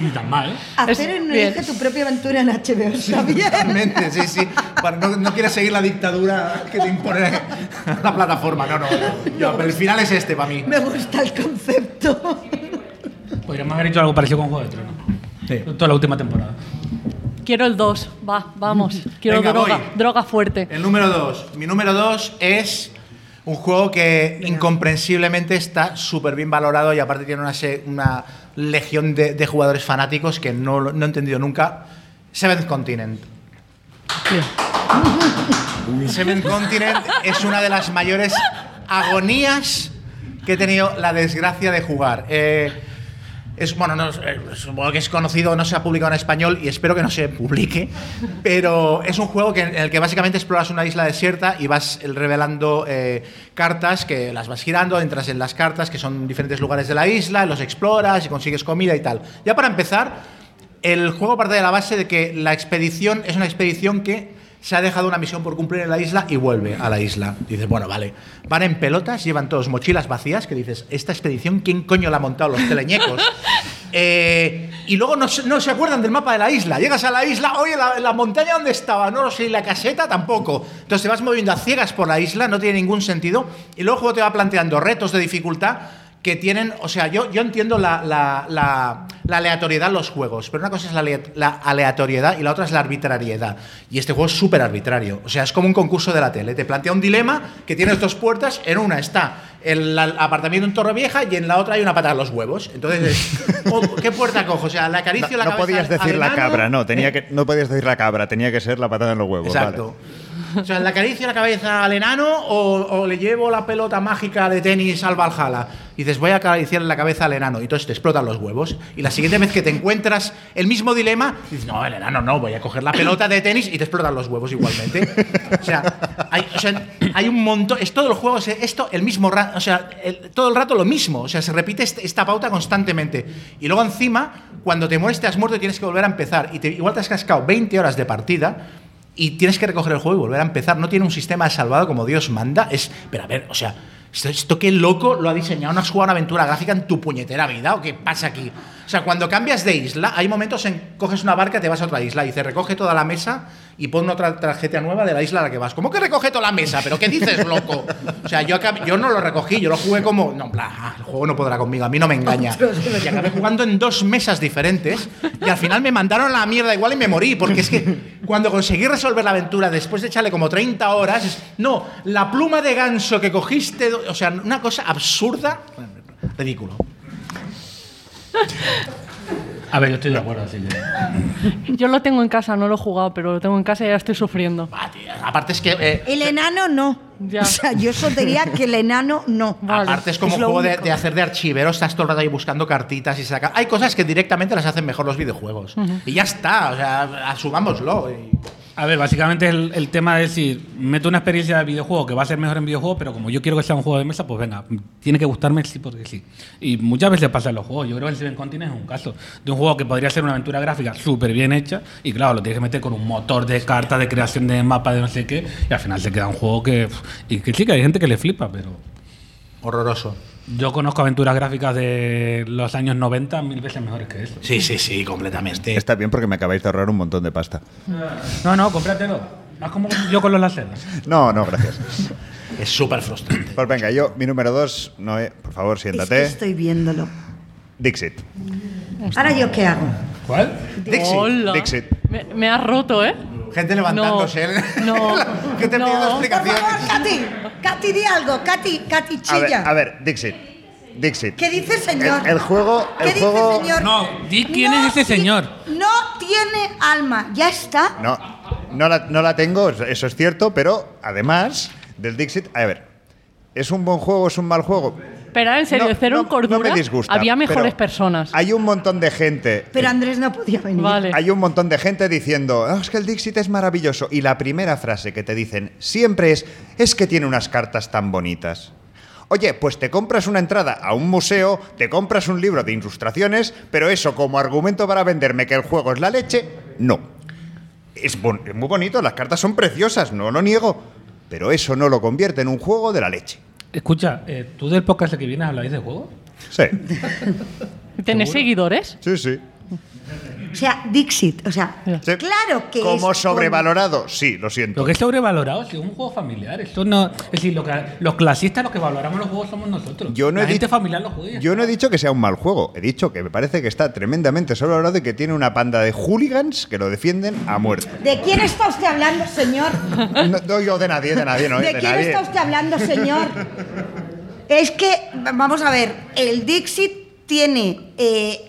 Ni tan mal, ¿eh? Hacer Es- en bien. elige tu propia aventura en HBO, está bien. Realmente, sí, sí. Para- No, no quieres seguir la dictadura que te impone la plataforma, no, no. Yo, pero el final es este para mí. Me gusta el concepto. Podríamos haber hecho algo parecido con Juego de Tronos. Toda la última temporada. Quiero el 2, va, vamos. Quiero Venga, droga, voy. droga fuerte. Eh. El número 2. Mi número 2 es un juego que incomprensiblemente está súper bien valorado y aparte tiene una, se- una legión de, de jugadores fanáticos que no, lo- no he entendido nunca. Seventh Continent. Seventh Continent es una de las mayores agonías que he tenido la desgracia de jugar. Eh, es, bueno, no, es- eh, supongo que es conocido, no se ha publicado en español y espero que no se publique, pero es un juego que, en el que básicamente exploras una isla desierta y vas eh, revelando eh, cartas que las vas girando, entras en las cartas que son diferentes lugares de la isla, los exploras y consigues comida y tal. Ya para empezar, el juego parte de la base de que la expedición es una expedición que se ha dejado una misión por cumplir en la isla y vuelve a la isla. Dices, bueno, vale. Van en pelotas, llevan todos mochilas vacías, que dices, esta expedición, ¿quién coño la ha montado? Los teleñecos. Eh, y luego no, se- no se acuerdan del mapa de la isla. Llegas a la isla, oye, la, la montaña donde estaba, no lo sé, y la caseta tampoco. Entonces te vas moviendo a ciegas por la isla, no tiene ningún sentido. Y luego el juego te va planteando retos de dificultad que tienen, o sea, yo, yo entiendo la, la- la- la aleatoriedad en los juegos, pero una cosa es la, alea- la aleatoriedad y la otra es la arbitrariedad. Y este juego es súper arbitrario, o sea, es como un concurso de la tele. Te plantea un dilema que tienes dos puertas, en una está el al- apartamento en Torrevieja y en la otra hay una pata a los huevos. Entonces, es, oh, ¿qué puerta cojo? O sea, la acaricio No, la no cabeza podías al- decir al la enano, cabra, no, ¿eh? tenía que, no podías decir la cabra, tenía que ser la patada en los huevos. vale. Exacto. O sea, ¿le acaricio la cabeza al enano o, o le llevo la pelota mágica de tenis al Valhalla? Y dices, voy a acariciarle la cabeza al enano. Y entonces te explotan los huevos. Y la siguiente vez que te encuentras el mismo dilema, dices, no, el enano no, voy a coger la pelota de tenis y te explotan los huevos igualmente. O sea, hay, o sea, hay un montón. Es todo el juego, es esto, el mismo ra- O sea, el- todo el rato lo mismo. O sea, se repite este- esta pauta constantemente. Y luego encima, cuando te mueres, te has muerto y tienes que volver a empezar. Y te- igual te has cascado 20 horas de partida y tienes que recoger el juego y volver a empezar. No tiene un sistema de salvado como Dios manda. Es, pero a ver, o sea, esto, esto qué loco lo ha diseñado. No has jugado una aventura gráfica en tu puñetera vida o qué pasa aquí. O sea, cuando cambias de isla, hay momentos en coges una barca, te vas a otra isla y te recoge toda la mesa y pon otra tarjeta nueva de la isla a la que vas. ¿Cómo que recoge toda la mesa? ¿Pero qué dices, loco? O sea, yo, acab- yo no lo recogí, yo lo jugué como. No, en plan, "Ah, el juego no podrá conmigo, a mí no me engaña. Y acabé jugando en dos mesas diferentes y al final me mandaron a la mierda igual y me morí, porque es que cuando conseguí resolver la aventura después de echarle como 30 horas, es, no, la pluma de ganso que cogiste, do- o sea, una cosa absurda, ridículo. A ver, yo estoy de acuerdo, así que. Yo lo tengo en casa, no lo he jugado, pero lo tengo en casa y ya estoy sufriendo. Ah, tío, Aparte es que... eh, El enano no. Ya. O sea, yo eso diría que el enano no. Vale. Aparte es como Es un lo juego de, único. de hacer de archivero, estás todo el rato ahí buscando cartitas y saca. Hay cosas que directamente las hacen mejor los videojuegos. Y ya está, o sea, asumámoslo. y- A ver, básicamente el, el tema es decir, meto una experiencia de videojuego que va a ser mejor en videojuego, pero como yo quiero que sea un juego de mesa, pues venga, tiene que gustarme sí porque sí. Y muchas veces pasa en los juegos. Yo creo que el Seven Continent es un caso de un juego que podría ser una aventura gráfica súper bien hecha y claro, lo tienes que meter con un motor de cartas, de creación de mapa, de no sé qué, y al final se queda un juego que... pff, Y que sí, que hay gente que le flipa, pero... Horroroso. Yo conozco aventuras gráficas de los años 90 mil veces mejores que eso. Sí, sí, sí, completamente. Está bien porque me acabáis de ahorrar un montón de pasta. No, no, cómpratelo. Más como yo con los láseres. No, no, gracias. Es súper frustrante. Pues venga, yo, mi número dos, Noé, por favor, Es que siéntate. estoy viéndolo. Dixit. Ahora yo qué hago. ¿Cuál? Dixit, Hola. Dixit. Me, me has roto, ¿eh? Gente levantándose. ¿eh? no, que te no. pido Por favor, explicaciones. Katy. Katy, di algo. Katy, Katy, A ver, chilla. a ver, Dixit. Dixit. ¿Qué dice el señor? El, el juego. ¿Qué El juego. dice señor? No, di quién es ese ti- señor. No tiene alma. Ya está. No, no la, no la tengo, eso es cierto, pero además del Dixit, a ver, ¿es un buen juego, es un mal juego? Pero en serio, No, cero no- en cordura. no me disgusta, había mejores pero personas. Hay un montón de gente. eh, Pero Andrés no podía venir. Vale. Hay un montón de gente diciendo, "Ah, es que el Dixit es maravilloso. Y la primera frase que te dicen siempre es, es que tiene unas cartas tan bonitas. Oye, pues te compras una entrada a un museo, te compras un libro de ilustraciones, pero eso como argumento para venderme que el juego es la leche, no. Es, bon- es muy bonito, las cartas son preciosas, no lo niego, pero eso no lo convierte en un juego de la leche. Escucha, eh, ¿tú del podcast al que vienes habláis de juego? Sí, ¿Tenés seguidores? sí, sí. O sea, Dixit. O sea, Sí. claro que es. Como con- sobrevalorado, sí, lo siento. Lo que es sobrevalorado si es un juego familiar. Esto no, es decir, lo que- los clasistas los que valoramos los juegos somos nosotros. Yo no La he gente dicho- familiar los juega. Yo no he dicho que sea un mal juego, he dicho que me parece que está tremendamente sobrevalorado y que tiene una panda de hooligans que lo defienden a muerte. ¿De quién está usted hablando, señor? No, no, yo de nadie, de nadie, no, Ah. ¿De de, quién nadie. está usted hablando, señor? Es que, vamos a ver, el Dixit tiene. eh,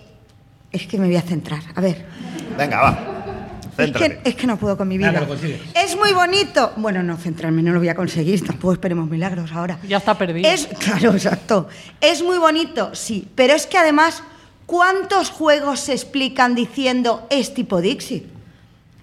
es que me voy a centrar. A ver. Venga, va. Es Céntrate. que, es que no puedo con mi Nada, vida. lo consigues. es muy bonito. Bueno, no, centrarme, no lo voy a conseguir. Tampoco esperemos milagros ahora. Ya está perdido. Es, claro, exacto. Es muy bonito, sí. Pero es que además, ¿cuántos juegos se explican diciendo es tipo Dixit?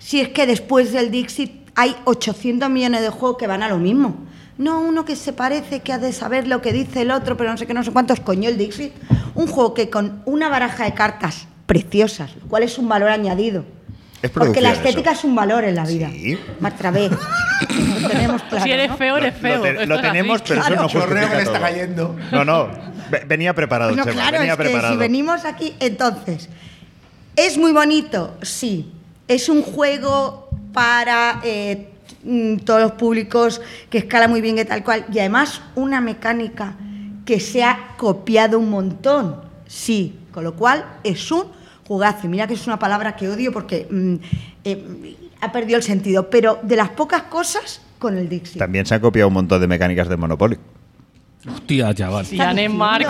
Si es que después del Dixit hay 800 millones de juegos que van a lo mismo. No uno que se parece, que ha de saber lo que dice el otro, pero no sé qué, no sé cuántos coño el Dixit. Un juego que con una baraja de cartas preciosas, lo cual es un valor añadido. Es Porque la producción, estética eso. es un valor en la vida. Sí. Martravé. Lo tenemos claro. si eres ¿no? feo, eres Lo- feo. Lo, te- Esto lo es así. tenemos, pero eso Claro. no Chorreo que justifica le está todo. cayendo. No, no. ve- Venía preparado, No, Chema, claro, venía es que preparado. si venimos aquí, entonces, es muy bonito, sí. Es un juego para eh, mm, todos los públicos, que escala muy bien y tal cual. Y además una mecánica que se ha copiado un montón, sí. Con lo cual es un jugazo. Y mira que es una palabra que odio porque mm, eh, ha perdido el sentido, pero de las pocas cosas con el Dixie. También se han copiado un montón de mecánicas de Monopoly. Hostia, chaval. Sí, Anne Mark.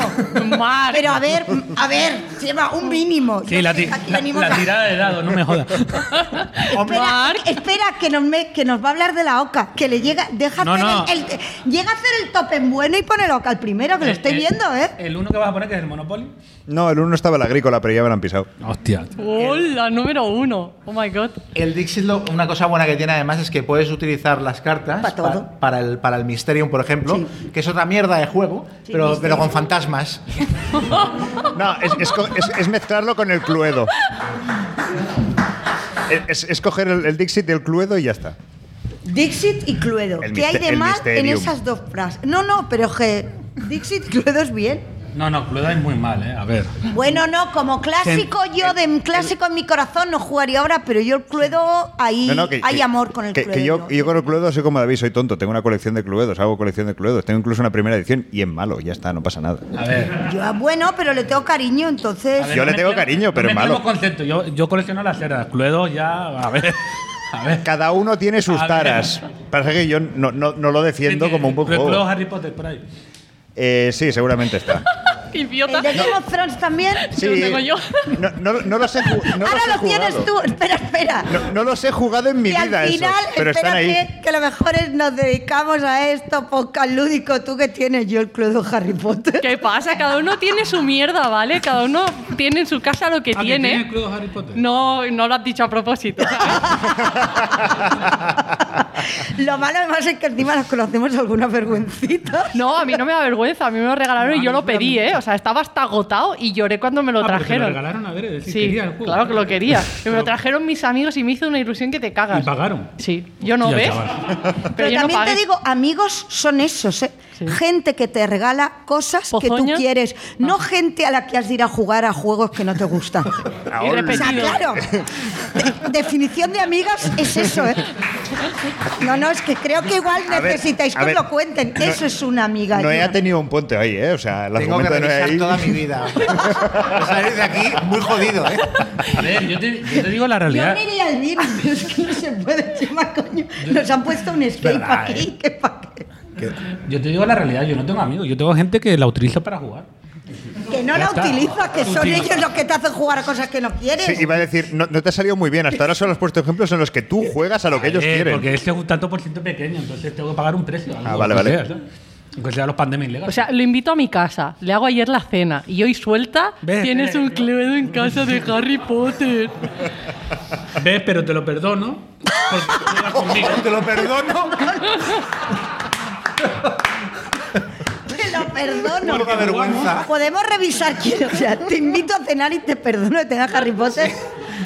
Mark. Pero a ver, a ver, lleva un mínimo. Sí, Yo la, sé ti- que aquí la- venimos la a- tirada de dado, no me jodas. Espera, espera que, nos me- que nos va a hablar de la OCA, que le llega, deja No, hacer no. El, el- llega a hacer el top en bueno y pone el OCA el primero, que lo estoy El- el- viendo, ¿eh? El uno que vas a poner, que es el Monopoly. No, el uno estaba el agrícola, pero ya me lo han pisado. Hostia. Hola, número uno. Oh my god. El Dixit, lo- una cosa buena que tiene además es que puedes utilizar las cartas Pa' todo. pa- para, el, para el Mysterium, por ejemplo, Sí. que es otra mierda de juego, pero, Sí, pero Mysterium. con fantasmas. No, es, es co- es- es mezclarlo con el Cluedo. Es, es- es coger el, el Dixit del Cluedo y ya está. Dixit y Cluedo. El ¿Qué hay mister- de el mal en misterium. esas dos frases? No, no, pero que Dixit y Cluedo es bien. No, no, Cluedo es muy mal, ¿eh? A ver. Bueno, no, como clásico, yo eh, de un clásico en mi corazón no jugaría ahora, pero yo el Cluedo, ahí No, no, que- hay que- amor con el que- Cluedo. que yo, yo con el Cluedo soy como David, soy tonto. Tengo una colección de Cluedos, hago colección de Cluedos. Tengo incluso una primera edición y es malo, ya está, no pasa nada. A ver. Yo, ah, bueno, pero le tengo cariño, entonces... A ver, Yo le tengo mezclemos- cariño, pero es mezclemos malo. conceptos. Yo, yo colecciono las ceras. Cluedo ya. A ver. A ver. Cada uno tiene sus A ver. taras. Pasa que yo no, no- no lo defiendo como un buen Cluedo, Cluedo juego. Harry Potter, por ahí. Eh, sí, seguramente está. Idiota. ¿El eh, de Game of Thrones también? Sí. Lo tengo yo. No, no- no los he, ju- no los ahora he lo tienes jugado. tú. Espera, espera. No, no los he jugado en mi Y vida al esos, final, pero están ahí. espérate, que a lo mejor es- nos dedicamos a esto, podcast lúdico, tú que tienes yo el club de Harry Potter. ¿Qué pasa? Cada uno tiene su mierda, ¿vale? Cada uno tiene en su casa lo que Ah, ¿que tiene. tiene Cluedo Harry Potter? No, no lo has dicho a propósito. ¿sabes? Lo malo además es que encima nos conocemos algunas vergüencitas. No, a mí no me da vergüenza. A mí me lo regalaron y yo lo pedí, ¿eh? O sea, estaba hasta agotado y lloré cuando me lo Ah, pero te lo trajeron. regalaron, uh. a ver. es decir, Sí, quería el juego. claro que lo quería. Y me lo trajeron mis amigos y me hizo una ilusión que te cagas. Y pagaron. Sí, yo no, Hostia, ¿ves? chaval. Pero, Pero, yo no también pagué. te digo, amigos son esos, ¿eh? Sí. Ah. Gente que te regala cosas que tú Pozoña. quieres, no gente a la que has de ir a jugar a juegos que no te gustan. Y O sea, repetido. claro. de- definición de amigas es eso, ¿eh? No, no, es que creo que igual A ver, necesitáis a que os ver, lo cuenten. no- eso es una amiga. Noé ayuda. ha tenido un puente ahí, ¿eh? O sea, el Tengo que argumento de Noé revisar ahí. toda mi vida. Pues Salir de aquí muy jodido, ¿eh? A ver, yo te, yo te digo la Yo realidad. me iría al virus, pero es que no se puede, Chema, coño. Nos han puesto un escape verdad, aquí, que pa' qué. Yo te digo la realidad. Yo no tengo amigos. Yo tengo gente que la utiliza para jugar. Que no Ya la está. utilizas, que son Utiliza. ellos los que te hacen jugar a cosas que no quieres. Sí, iba a decir, no, no te ha salido muy bien. Hasta ahora solo has puesto ejemplos en los que tú juegas a lo que ellos Eh, quieren. Ah, Porque este es un tanto por ciento pequeño, entonces tengo que pagar un precio. algo, vale, aunque vale. sea, ¿no? Aunque sea los pandemias ilegales. O sea, lo invito a mi casa, le hago ayer la cena y hoy suelta Ve, tienes ve, un ve. Cluedo en casa de Harry Potter. ves, pero te lo perdono. Porque juegas conmigo. Te lo perdono. Te lo perdono. Una vergüenza. Podemos revisar quién. O sea, te invito a cenar y te perdono de tener a Harry Potter.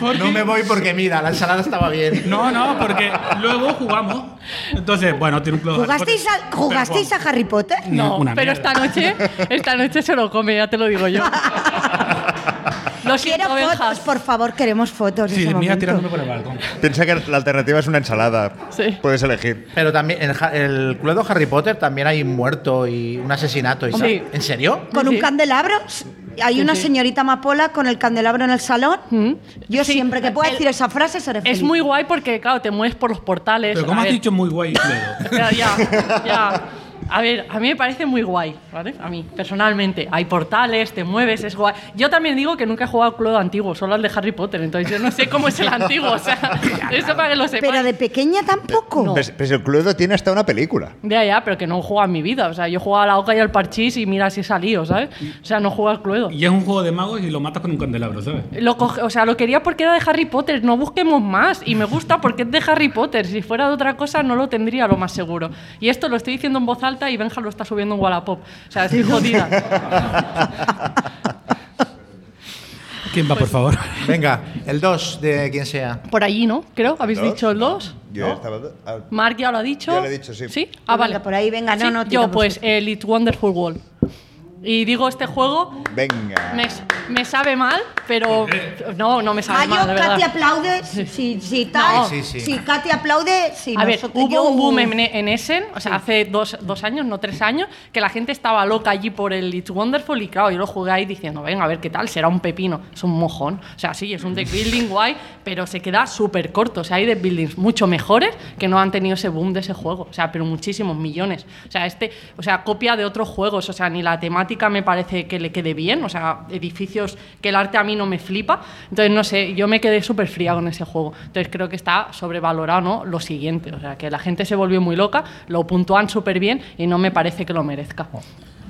Porque- No me voy porque mira, la ensalada estaba bien. No, no, porque luego jugamos. Entonces, bueno, tiene un club. ¿Jugasteis pues, a, ¿jugasteis a Harry Potter? No, Una pero mierda. esta noche, esta noche se lo come, ya te lo digo yo. Lo Quiero siento, fotos, Benjas. por favor, queremos fotos de Sí, ese mía momento. tirándome por el balcón. Piensa que la alternativa es una ensalada. Sí. Puedes elegir. Pero también en el, ja- el club de Harry Potter también hay un muerto y un asesinato. Y tal. Sí. ¿En serio? Con un Sí. candelabro. Hay una señorita amapola con el candelabro en el salón. Yo Sí, siempre que pueda el- decir esa frase seré feliz. Es muy guay porque, claro, te mueves por los portales. Pero como a has ver. dicho muy guay, Cluedo. Ya, ya, ya. A ver, a mí me parece muy guay, ¿vale? A mí, personalmente. Hay portales, te mueves, es guay. Yo también digo que nunca he jugado al Cluedo antiguo, solo al de Harry Potter, entonces yo no sé cómo es el antiguo, o sea, eso para que lo sepáis. Pero de pequeña tampoco. Pues, Pero, pero el Cluedo tiene hasta una película. Ya, ya, pero que no he jugado en mi vida, o sea, yo he jugado a la oca y al parchís y mira si he salido, ¿sabes? O sea, no juego al Cluedo. Y es un juego de magos y lo matas con un candelabro, ¿sabes? Lo coge- o sea, lo quería porque era de Harry Potter, no busquemos más. Y me gusta porque es de Harry Potter. Si fuera de otra cosa, no lo tendría lo más seguro. Y esto lo estoy diciendo en voz alta y Benja lo está subiendo en Wallapop. O sea, estoy jodida. ¿Quién va, por favor? Venga, el 2 de quien sea. Por allí, ¿no? Creo. ¿Habéis ¿Dos? dicho el 2? Yo estaba. ah, Mark ya lo ha dicho. Ya lo he dicho, sí. Ah, vale. Venga, por ahí, venga, no, Sí, no, Yo, tiramos pues, esto. el It's Wonderful World. Y digo, este juego Venga. me, me sabe mal, pero. No, no me sabe Ah, mal, de yo, verdad. Katy aplaude. Si, si, tal, No. Sí, sí, sí. si Katy aplaude, si A ver, nosotros- yo- uh, hubo un boom en, en Essen, o sea, hace dos, dos años, no tres años, que la gente estaba loca allí por el It's Wonderful y claro, yo lo jugué ahí diciendo, venga, a ver qué tal, será un pepino, es un mojón. O sea, sí, es un deck building guay, pero se queda súper corto. O sea, hay deck buildings mucho mejores que no han tenido ese boom de ese juego. O sea, pero muchísimos, millones. O sea, este, o sea, copia de otros juegos, o sea, ni la temática me parece que le quede bien, o sea, edificios que el arte a mí no me flipa. Entonces, no sé, yo me quedé súper fría con ese juego. Entonces, creo que está sobrevalorado, ¿no? Lo siguiente, o sea, que la gente se volvió muy loca, lo puntúan súper bien y no me parece que lo merezca.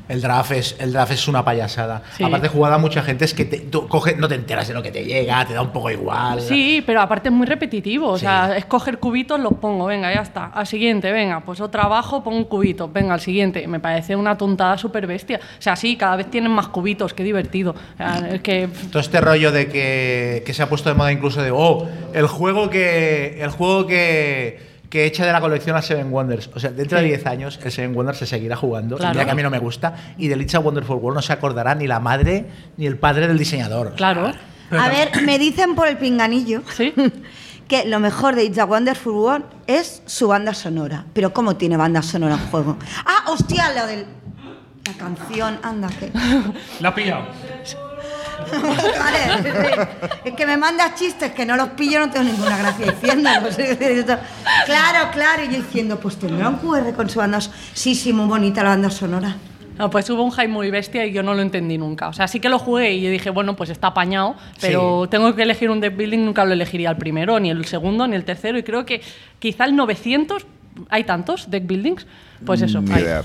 El draft es, el draft es una payasada. Sí. Aparte, jugada a mucha gente es que te- tú coge- no te enteras de lo que te llega, te da un poco igual. Sí, pero aparte es muy repetitivo. O Sí. sea, es coger cubitos, los pongo, venga, ya está. Al siguiente, venga, pues otro abajo, pongo un cubito, venga, al siguiente. Me parece una tontada súper bestia. O sea, sí, cada vez tienen más cubitos, qué divertido. O sea, es que. Todo este rollo de que, que se ha puesto de moda incluso de, oh, el juego que, el juego que, que echa de la colección a Seven Wonders. O sea, dentro de 10 años el Seven Wonders se seguirá jugando, Claro. ya que a mí no me gusta, y del It's a Wonderful World no se acordará ni la madre ni el padre del diseñador. Claro. A ver, me dicen por el pinganillo Sí. que lo mejor de It's a Wonderful World es su banda sonora. Pero ¿cómo tiene banda sonora en juego? Ah, hostia, lo del... La canción, anda, que... La has pillado. Vale, sí. es que me mandas chistes que no los pillo, no tengo ninguna gracia diciéndolos. claro, claro, y yo diciendo, pues tendrá un QR con su banda sonora. Sí, sí, muy bonita la banda sonora. No, pues hubo un hype muy bestia y yo no lo entendí nunca. O sea, sí que lo jugué y yo dije, bueno, pues está apañado, pero tengo que elegir un deck building, nunca lo elegiría el primero, ni el segundo, ni el tercero. Y creo que quizá el 900, hay tantos deck buildings, pues eso. Ni ahí. idea.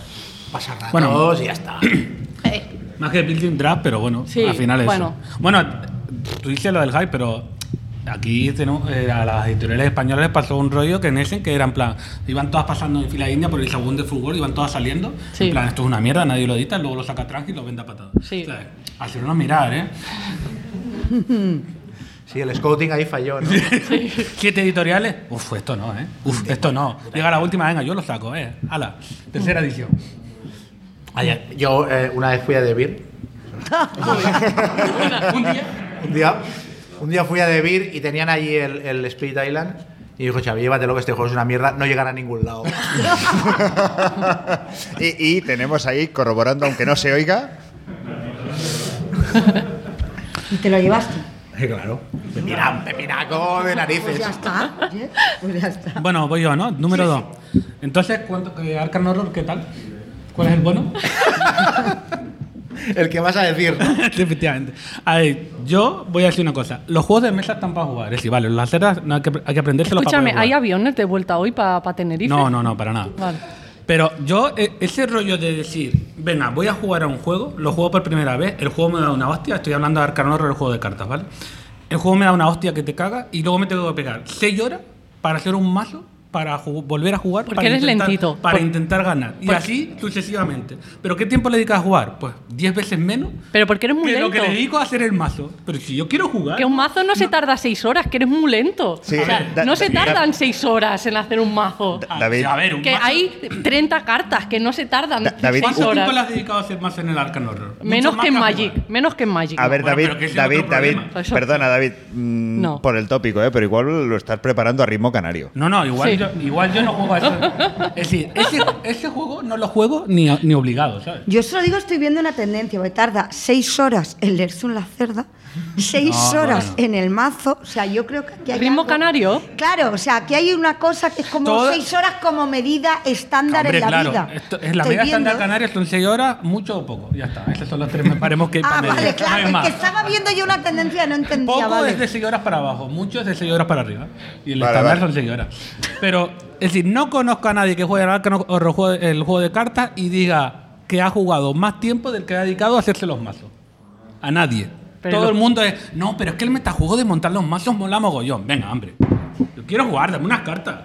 Pasa ratos Bueno. y ya está. Más que building draft, pero bueno, Sí, al final es bueno. eso. Bueno, tú dices lo del hype, pero aquí tenemos, eh, a las editoriales españolas les pasó un rollo que en ese que era en plan, iban todas pasando en fila india por el segundo de fútbol, iban todas saliendo. Sí. En plan, esto es una mierda, nadie lo edita, luego lo saca atrás y lo vende a patadas. Sí. ¿Sabes? Hacernos mirar, ¿eh? Sí, el scouting ahí falló, ¿no? Siete editoriales. Uf, esto no, ¿eh? Uf, esto no. Llega la última, venga, yo lo saco, ¿eh? Ala, Mm. tercera edición. Ayer- yo eh, una vez fui a Debir. un día. Un día, un día fui a Debir y tenían allí el, el Spirit Island. Y dijo, Xavi, llévatelo, que este juego es una mierda, no llegará a ningún lado. y, y tenemos ahí, corroborando, aunque no se oiga, Y te lo llevaste. claro. Pepina- pepinaco de Pues ya narices. está. ¿eh? Pues ya está. Bueno, voy yo, ¿no? Número 2. Entonces, ¿cuánto, eh, Arkham Horror, ¿qué tal? ¿Cuál es el bueno? El que vas a decir. Pues Efectivamente. A ver, yo voy a decir una cosa. Los juegos de mesa están para jugar. Es decir, vale, las cerdas no hay, que, hay que aprendérselos Escúchame, para ¿hay poder jugar. aviones de vuelta hoy para Tenerife? No, no, no, para nada. Vale. Pero yo, eh, ese rollo de decir, venga, voy a jugar a un juego, lo juego por primera vez, el juego me da una hostia, estoy hablando de Arkham Horror, el juego de cartas, ¿vale? El juego me da una hostia que te caga y luego me tengo que pegar 6 horas para hacer un mazo, para ju- volver a jugar. Porque para eres intentar- lentito. Para Por- intentar ganar. Y porque- así sucesivamente. ¿Pero qué tiempo le dedicas a jugar? Pues 10 veces menos Pero porque eres muy que lo que lento. le dedico a hacer el mazo. Pero si yo quiero jugar. Que un mazo no, se tarda seis horas, que eres muy lento. Sí, O sea, da- no se da- tardan seis horas en hacer un mazo. Ah, David. A ver, un Que mazo- hay 30 cartas que no se tardan Da- David, seis ¿Cuánto tiempo le horas. has dedicado a hacer mazo en el Arkham Horror? Menos Mucho que en más Magic, jugar. menos que en Magic. A ver, Bueno, David, pero que ese es David, otro David, problema. Pues Eso- perdona, David, mm, No. por el tópico, ¿eh? pero igual lo estás preparando a ritmo canario. No, no, igual Sí. yo, igual yo no juego a eso. Es decir, ese, ese juego no lo juego ni, ni obligado, ¿sabes? Yo se lo digo, estoy viendo una tendencia, porque tarda seis horas en leerse un cerda, seis No, horas bueno. en el mazo. O sea, yo creo que aquí hay. ¿Ritmo algo- canario? Claro, o sea, aquí hay una cosa que es como Toda- seis horas como medida estándar Hombre, en la claro. vida. esto- es la Estoy media estándar viendo- canaria son 6 horas, mucho o poco. Ya está. Esos son los tres me paremos que hay Ah, para medir. vale, No hay claro, más. es que estaba viendo yo una tendencia, no entendía. Poco vale. es de 6 horas para abajo, mucho es de 6 horas para arriba. Y el Vale, vale. estándar son 6 horas. Pero, es decir, no conozco a nadie que juegue al Arkham Horror jue- el juego de cartas y diga que ha jugado más tiempo del que ha dedicado a hacerse los mazos. A nadie. Pero- Todo el mundo es, no, pero es que el metajuego de montar los mazos mola mogollón. Venga, hombre. Yo quiero jugar, dame unas cartas.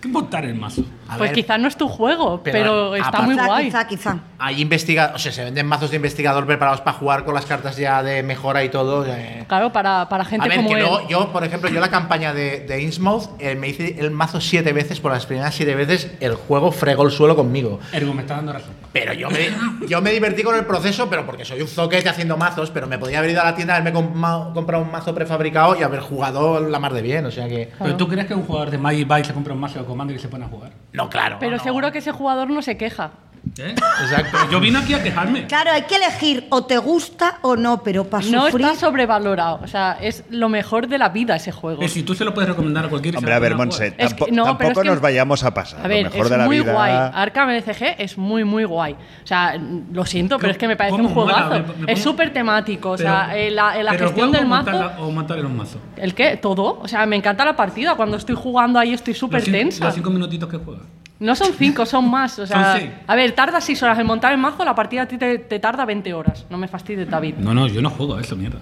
¿Qué montar el mazo? Pues quizás no es tu juego, pero pero, está aparte- muy Quizá, guay. quizá, quizá. Hay investiga o sea, se venden mazos de investigador preparados para jugar con las cartas ya de mejora y todo. eh. Claro, para, para gente a ver, como que él. luego yo, por ejemplo, yo la campaña de, de Innsmouth eh, me hice el mazo siete veces, por las primeras siete veces el juego fregó el suelo conmigo. Ergo, me está dando razón. Pero yo me, yo me divertí con el proceso, pero porque soy un zoquete haciendo mazos, pero me podía haber ido a la tienda, haberme compa- comprado un mazo prefabricado y haber jugado la mar de bien, o sea que... ¿Pero tú crees que un jugador de Magic va y se compra un mazo de Commander y se pone a jugar? No, claro. Pero no. seguro que ese jugador no se queja. ¿Eh? Exacto. Yo vine aquí a quejarme. Claro, hay que elegir o te gusta o no, pero para No sufrir. está sobrevalorado. O sea, es lo mejor de la vida ese juego. Eh, si tú se lo puedes recomendar a cualquiera. y se Hombre, lo a ver, pone Monse, jugar. Es que- tampo- no, pero tampoco es que- nos vayamos a pasar. A ver, lo mejor es de la muy vida. guay. Arkham LCG es muy, muy guay. O sea, mm, lo siento, pero es que me parece ¿Cómo un mola? juegazo. Me- me pongo- es súper temático. O sea, pues. Pero- eh, la, eh, la pero gestión juego del o mazo. montarla- o montar en un mazo. ¿El qué? Todo. O sea, me encanta la partida. Cuando estoy jugando ahí estoy súper Los cin- tensa. Los cinco minutitos que juega. No son cinco, son más. O sea, Son seis. a ver, tarda seis horas en montar el mazo, la partida a ti te, te tarda 20 horas. No me fastidies, David. No, no, yo no juego a eso, mierda.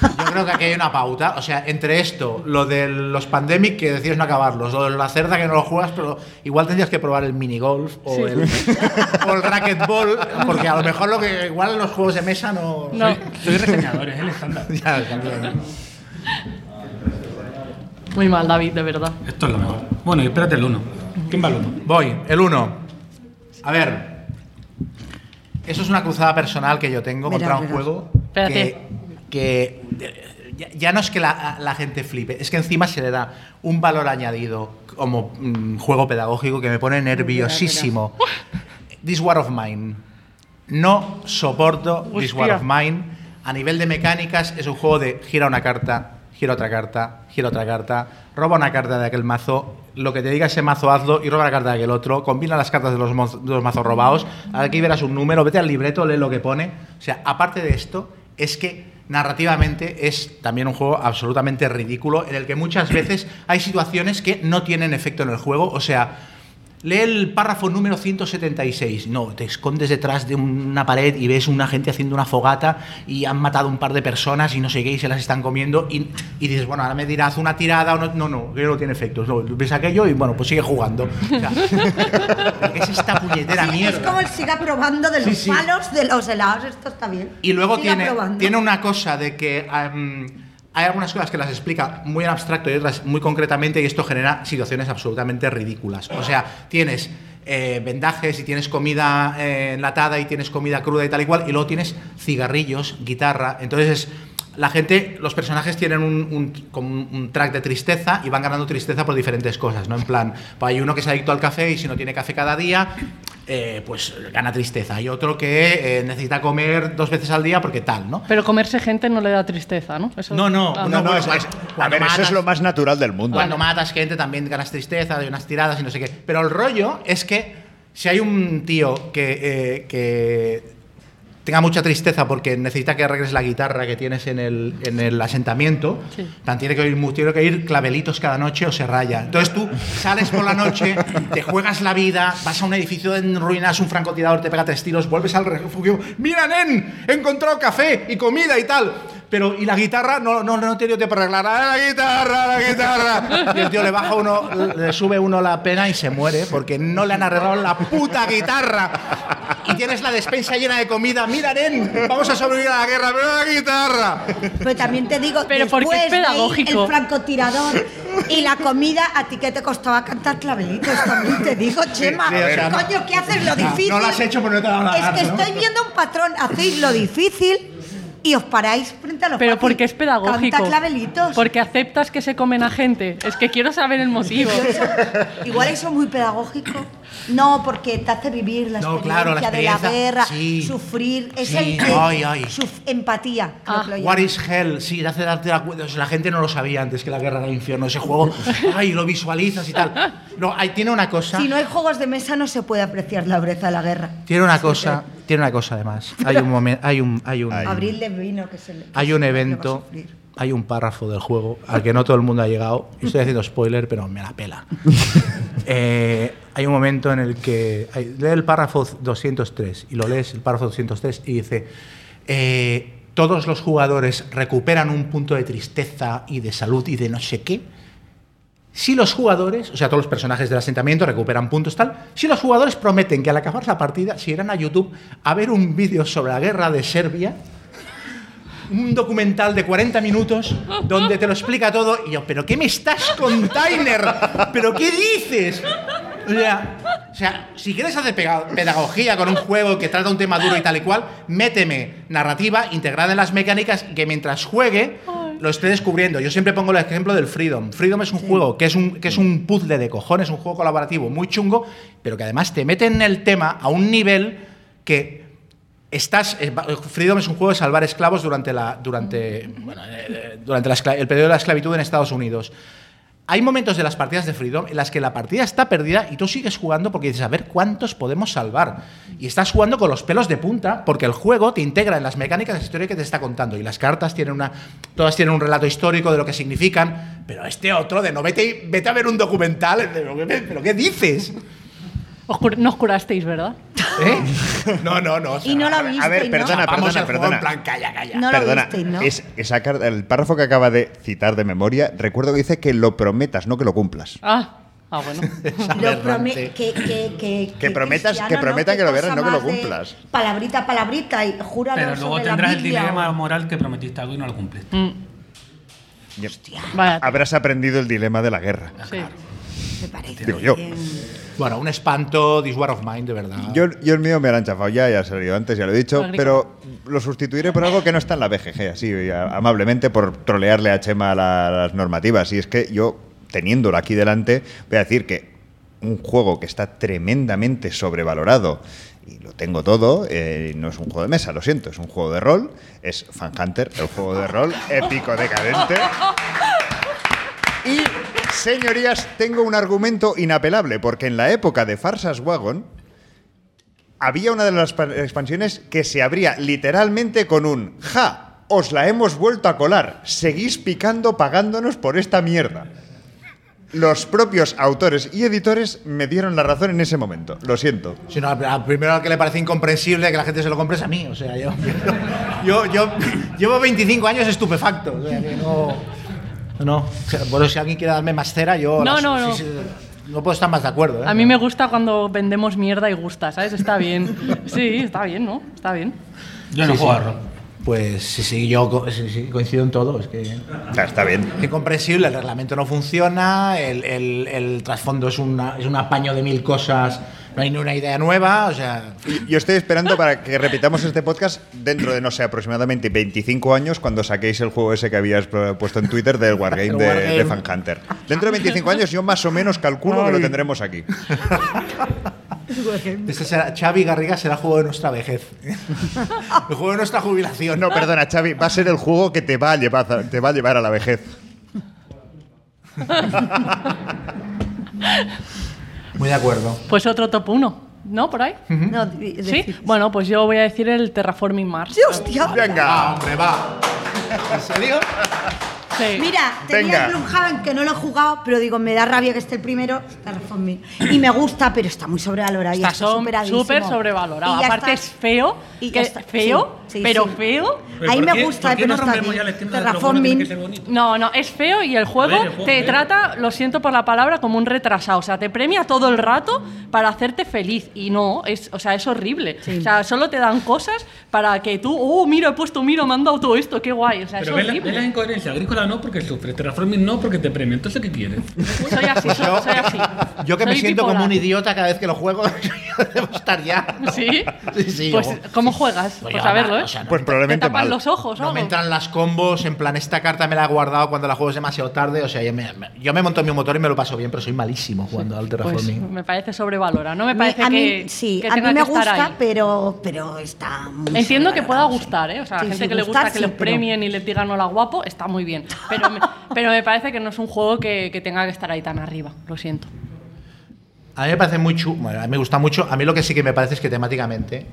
Yo creo que aquí hay una pauta. O sea, entre esto, lo de los pandemic que decides no acabarlos, lo de la cerda que no lo juegas, pero igual tendrías que probar el minigolf o, Sí. el, o el racquetball, porque a lo mejor lo que igual en los juegos de mesa no. No. Soy reseñador, ¿eh? es el estándar. Ya, también. Muy mal, David, de verdad. Esto es lo mejor. Bueno, y espérate el uno. ¿Quién va el uno? Voy, el 1. A ver. Eso es una cruzada personal que yo tengo Verás, contra un verás. juego Espérate. que. que, eh, ya, ya no es que la, la gente flipe, es que encima se le da un valor añadido como mm, juego pedagógico que me pone nerviosísimo. This War of Mine. No soporto This War Hostia. of Mine. A nivel de mecánicas, es un juego de gira una carta, gira otra carta, gira otra carta, roba una carta de aquel mazo, lo que te diga ese mazo hazlo y roba la carta de aquel otro, combina las cartas de los, moz- de los mazos robados, aquí verás un número, vete al libreto, lee lo que pone. O sea, aparte de esto, es que narrativamente es también un juego absolutamente ridículo en el que muchas veces hay situaciones que no tienen efecto en el juego, o sea, Lee el párrafo número 176. No, te escondes detrás de una pared y ves una gente haciendo una fogata y han matado un par de personas y no sé qué y se las están comiendo y, y dices, bueno, ahora me dirás una tirada o no. No, no, que no tiene efectos. No, ves aquello y bueno, pues sigue jugando. O sea, ¿Qué es esta puñetera Sí, mierda? Es como el siga probando de los sí. palos, de los helados, esto está bien. Y luego Siga tiene, probando. tiene una cosa de que am, hay algunas cosas que las explica muy en abstracto y otras muy concretamente y esto genera situaciones absolutamente ridículas. O sea, tienes eh, vendajes y tienes comida eh, enlatada y tienes comida cruda y tal y cual y luego tienes cigarrillos, guitarra. Entonces la gente, los personajes tienen un, un- como un- un track de tristeza y van ganando tristeza por diferentes cosas, ¿no? En plan, pues hay uno que es adicto al café y si no tiene café cada día, eh, pues gana tristeza. Hay otro que eh, necesita comer dos veces al día porque tal, ¿no? Pero comerse gente no le da tristeza, ¿no? Eso- No, no, Ah, No, no, bueno, es- pues, es- a cuando ver, eso es matas- lo más natural del mundo. Cuando matas gente también ganas tristeza, hay unas tiradas y no sé qué. Pero el rollo es que si hay un tío que, eh, que tenga mucha tristeza porque necesita que arregles la guitarra que tienes en el, en el asentamiento, Sí. tan tiene que ir mu- tiene que ir clavelitos cada noche o se raya. Entonces tú sales por la noche, te juegas la vida, vas a un edificio en ruinas, un francotirador te pega tres tiros, vuelves al refugio, mira nen, he encontrado café y comida y tal. Pero, ¿y la guitarra? No, no, no tiene tiempo para arreglar. ¡Ah, la guitarra, la guitarra! Y el tío le baja uno, le sube uno la pena y se muere porque no le han arreglado la puta guitarra y tienes la despensa llena de comida. Mira, Nen, vamos a sobrevivir a la guerra, pero la guitarra. Pero también te digo, Pero porque es después de ir pedagógico. el francotirador y la comida, a ti que te costaba cantar clavelitos también te digo, Chema. sí, o sea, no- coño, ¿qué haces lo difícil? no lo has hecho porque no te ha dado la Es gana, que ¿no? estoy viendo un patrón, hacéis lo difícil y os paráis frente a los Pero papis. porque es pedagógico. Canta clavelitos. Porque aceptas que se comen a gente. Es que quiero saber el motivo. Yo eso- igual eso es muy pedagógico. No, porque te hace vivir la experiencia, No, claro, la de la experiencia, guerra, sí. sufrir. Es Sí, el ay, ay. suf- empatía. creo Ah. que lo llaman. What is Hell, sí, te hace darte la cuenta. O sea, la gente no lo sabía antes que la guerra del infierno, ese juego. Ay, lo visualizas y tal. No, ahí tiene una cosa. Si no hay juegos de mesa no se puede apreciar la breza de la guerra. Tiene una cosa, tiene una cosa además. Hay un momen- hay un, hay un, Ay. Abril de vino que se le- que hay se un le va a evento, sufrir. hay un párrafo del juego al que no todo el mundo ha llegado. Y Estoy haciendo spoiler, pero me la pela. Eh, hay un momento en el que hay- lee el párrafo 203 y lo lees el párrafo 203 y dice eh, todos los jugadores recuperan un punto de tristeza y de salud y de no sé qué. Si los jugadores, o sea, todos los personajes del asentamiento recuperan puntos tal, si los jugadores prometen que al acabar la partida se irán a YouTube a ver un vídeo sobre la guerra de Serbia, un documental de 40 minutos donde te lo explica todo y yo, pero ¿qué me estás container? ¿Pero qué dices? O sea, o sea, si quieres hacer pega- pedagogía con un juego que trata un tema duro y tal y cual, méteme narrativa integrada en las mecánicas y que mientras juegue lo esté descubriendo. Yo siempre pongo el ejemplo del Freedom. Freedom es un juego que es un, que es un puzzle de cojones, un juego colaborativo muy chungo, pero que además te mete en el tema a un nivel que Estás, eh, va- Freedom es un juego de salvar esclavos durante, la, durante, bueno, eh, eh, durante la escla- el periodo de la esclavitud en Estados Unidos. Hay momentos de las partidas de Freedom en las que la partida está perdida y tú sigues jugando porque dices, a ver cuántos podemos salvar. Y estás jugando con los pelos de punta porque el juego te integra en las mecánicas de la historia que te está contando. Y las cartas tienen una. Todas tienen un relato histórico de lo que significan. Pero este otro de no, vete, y- vete a ver un documental. ¿Pero qué, pero qué dices? Os cur- no os curasteis, ¿verdad? ¿Eh? No, no, no. o sea, Y no A la ver, viste. a ver, ¿no? perdona, Vamos al juego perdona. en plan, calla, calla. No lo Perdona, visteis, ¿no? es- esa car- el párrafo que acaba de citar de memoria, recuerdo que dice que lo prometas, no que lo cumplas. Ah, ah bueno. Lo prome- Aberrante. que, que, que, Que prometas- Cristiano, que ¿no? prometas que lo verás, pasa no que lo más de cumplas. Palabrita, palabrita y júralo Pero luego sobre la tendrás el Biblia dilema o- moral que prometiste algo y no lo cumpliste. Mm, Ya- vaya. Habrás aprendido el dilema de la guerra. sí. Me parece Digo yo. bien. Bueno, un espanto, This War of Mine, de verdad. Yo, yo el mío me lo han chafado ya, ya ha salido antes, ya lo he dicho, Magnífico. pero lo sustituiré por algo que no está en la BGG, así a- amablemente por trolearle a Chema la- las normativas. Y es que yo, teniéndolo aquí delante, voy a decir que un juego que está tremendamente sobrevalorado y lo tengo todo, eh, no es un juego de mesa, lo siento, es un juego de rol, es Fan Hunter, el juego de rol épico decadente. Y, señorías, tengo un argumento inapelable, porque en la época de Farsas Wagon había una de las pa- expansiones que se abría literalmente con un ¡Ja! Os la hemos vuelto a colar. Seguís picando pagándonos por esta mierda. Los propios autores y editores me dieron la razón en ese momento. Lo siento. Si no, a- primero al que le parece incomprensible que la gente se lo compre es a mí. O sea, yo, yo, yo llevo 25 años estupefacto. O sea, que no. No. o sea, bueno, si alguien quiere darme más cera, yo. No, no, no. no puedo estar más de acuerdo. ¿eh? A mí me gusta cuando vendemos mierda y gusta, ¿sabes? Está bien. Sí, está bien, ¿no? Está bien. Yo no juego a rol. Pues sí, sí, yo co- sí, sí, coincido en todo. Es que. Ya, está bien. Es incomprensible, el reglamento no funciona, el, el- el trasfondo es, una, es un apaño de mil cosas, no hay ni una idea nueva, o sea. Yo estoy esperando para que repitamos este podcast dentro de, no sé, aproximadamente 25 años cuando saquéis el juego ese que habías pro- puesto en Twitter del Wargame El de, Wargame. de Fan Hunter. Dentro de 25 años yo más o menos calculo que lo tendremos aquí. Este será, Xavi Garriga será juego de nuestra vejez. el juego de nuestra jubilación. No, perdona, Xavi, va a ser el juego que te va a llevar, te va a, llevar a la vejez. Muy de acuerdo. Pues otro top 1, ¿no? Por ahí. No, di- Sí. decir- Bueno, pues yo voy a decir el Terraforming Mars. Sí, hostia. Ah, Venga, hombre, va. ¿En serio? Sí. Mira, tenía Venga. el Gloomhaven que no lo he jugado, pero digo, me da rabia que esté el primero. Está reformado. Y me gusta, pero está muy sobrevalorado. y Está está som- superadísimo. súper Y sobrevalorado. ya Aparte está. es feo, Y que- ya está. feo, Sí, sí, pero sí. feo. Pero Ahí ¿por me qué- gusta, por eh, qué pero no está rompemos aquí. ya la esquema de lo bueno que tiene Terraforming. que ser bonito? No, no, es feo y el juego ver, el juego te es feo. trata, lo siento por la palabra, como un retrasado. O sea, te premia todo el rato para hacerte feliz. Y no, es, o sea, es horrible. O sea, solo te dan cosas para que tú, oh, mira, he puesto, mira, me han dado todo esto, qué guay. O sea, Pero es ves la, horrible. ves la incoherencia. Agrícola no porque sufre, Terraforming no porque te premia. Entonces, ¿qué quieres? Soy así, soy, soy así. Yo que me Soy siento como bipolar. un idiota cada vez que lo juego. Debo estar ya. ¿Sí? Sí, sí, Pues, yo- ¿cómo juegas? Pues Pues, yo a verlo, nada, ¿eh? o sea, no me- Pues Te probablemente tapan mal. los ojos, No algo? me entran las combos, en plan, esta carta me la he guardado cuando la juego es demasiado tarde. O sea, yo me, me- yo me monto en mi motor y me lo paso bien, pero soy malísimo jugando al Pues, terraforming. me parece sobrevalorado. No me A mí- parece a mí, que, sí, que a mí tenga me que estar gusta, ahí. pero, pero está muy Entiendo que pueda sobrevalorado, sí. gustar, ¿eh? O sea, Sí, la gente sí, que le gusta gustar, que sí, le pero- premien y le digan hola guapo, está muy bien. Pero me, pero me parece que no es un juego que, que tenga que estar ahí tan arriba, lo siento. A mí me parece muy chulo, bueno, a mí me gusta mucho. A mí lo que sí que me parece es que temáticamente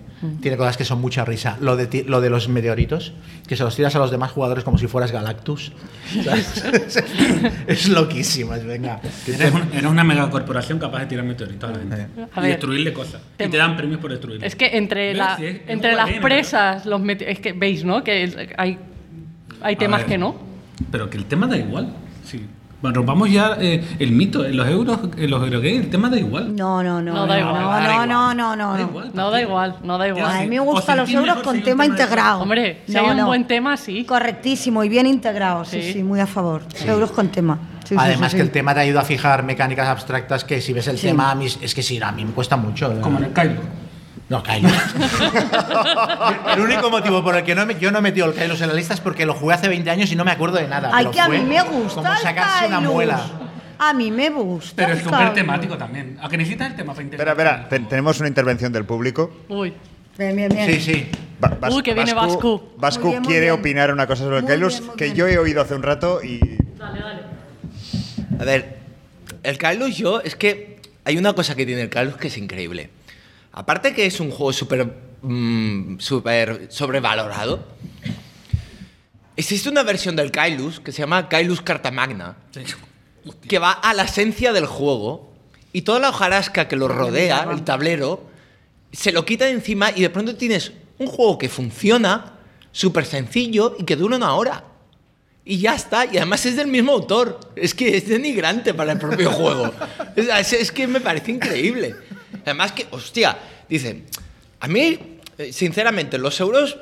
tiene cosas que son mucha risa. Lo de, ti- lo de los meteoritos, que se los tiras a los demás jugadores como si fueras Galactus. ¿sabes? es loquísimo, es venga. Eres, un- eres una megacorporación capaz de tirar meteoritos a la gente. A y ver. destruirle cosas. Te- Y te dan premios por destruirle. Es que entre, ¿Ves? la, Sí, es- es entre un las juego de arena, presas, los mete- es que veis, ¿no? Que es- hay, hay A temas ver, que no. Pero que el tema da igual. Sí. Bueno, rompamos ya eh, el mito. En los euros, en los eurogames, el tema da igual. No, no, no. No, da igual, no, da no, igual. no, no, no, Da no. igual. No da igual, no da A igual. mí me O gustan los sentir euros mejor si con hay un tema tema de- integrado. Hombre, si No, hay un no. buen tema, sí. Correctísimo y bien integrado. Sí, Sí. sí, muy a favor. Euros con tema. Sí, sí, Además sí, que sí. el tema te ayuda a fijar mecánicas abstractas que si ves el Sí. tema, a mí, es que sí, a mí me cuesta mucho. ¿verdad? Como en el Kylo. No, Kylos. el único motivo por el que no me- yo no he metido el Kylos en la lista es porque lo jugué hace 20 años y no me acuerdo de nada. Ay, pero que a fue mí me gusta. Como el sacarse una Kailus. muela. A mí me gusta. Pero el es súper Kailus. temático también. ¿A que necesitas el tema para Espera, espera, te- tenemos una intervención del público. Uy, Bien, bien, bien. Sí, sí. Ba- Bas- Uy, que viene Bascu. Bascu Muy bien, muy quiere bien. opinar una cosa sobre el Muy Kailus bien, muy que bien. yo he oído hace un rato y A ver, el Carlos yo, es que hay una cosa que tiene el Carlos que es increíble. Aparte que es un juego súper mm, súper sobrevalorado, existe una versión del Kailus que se llama Kailus Carta Magna, que va a la esencia del juego y toda la hojarasca que lo rodea, el tablero, se lo quita de encima y de pronto tienes un juego que funciona, súper sencillo y que dura una hora. Y ya está, y además es del mismo autor. Es que es denigrante para el propio juego. O sea, Es, es que me parece increíble. Además que, hostia, dice, a mí, eh, sinceramente, los euros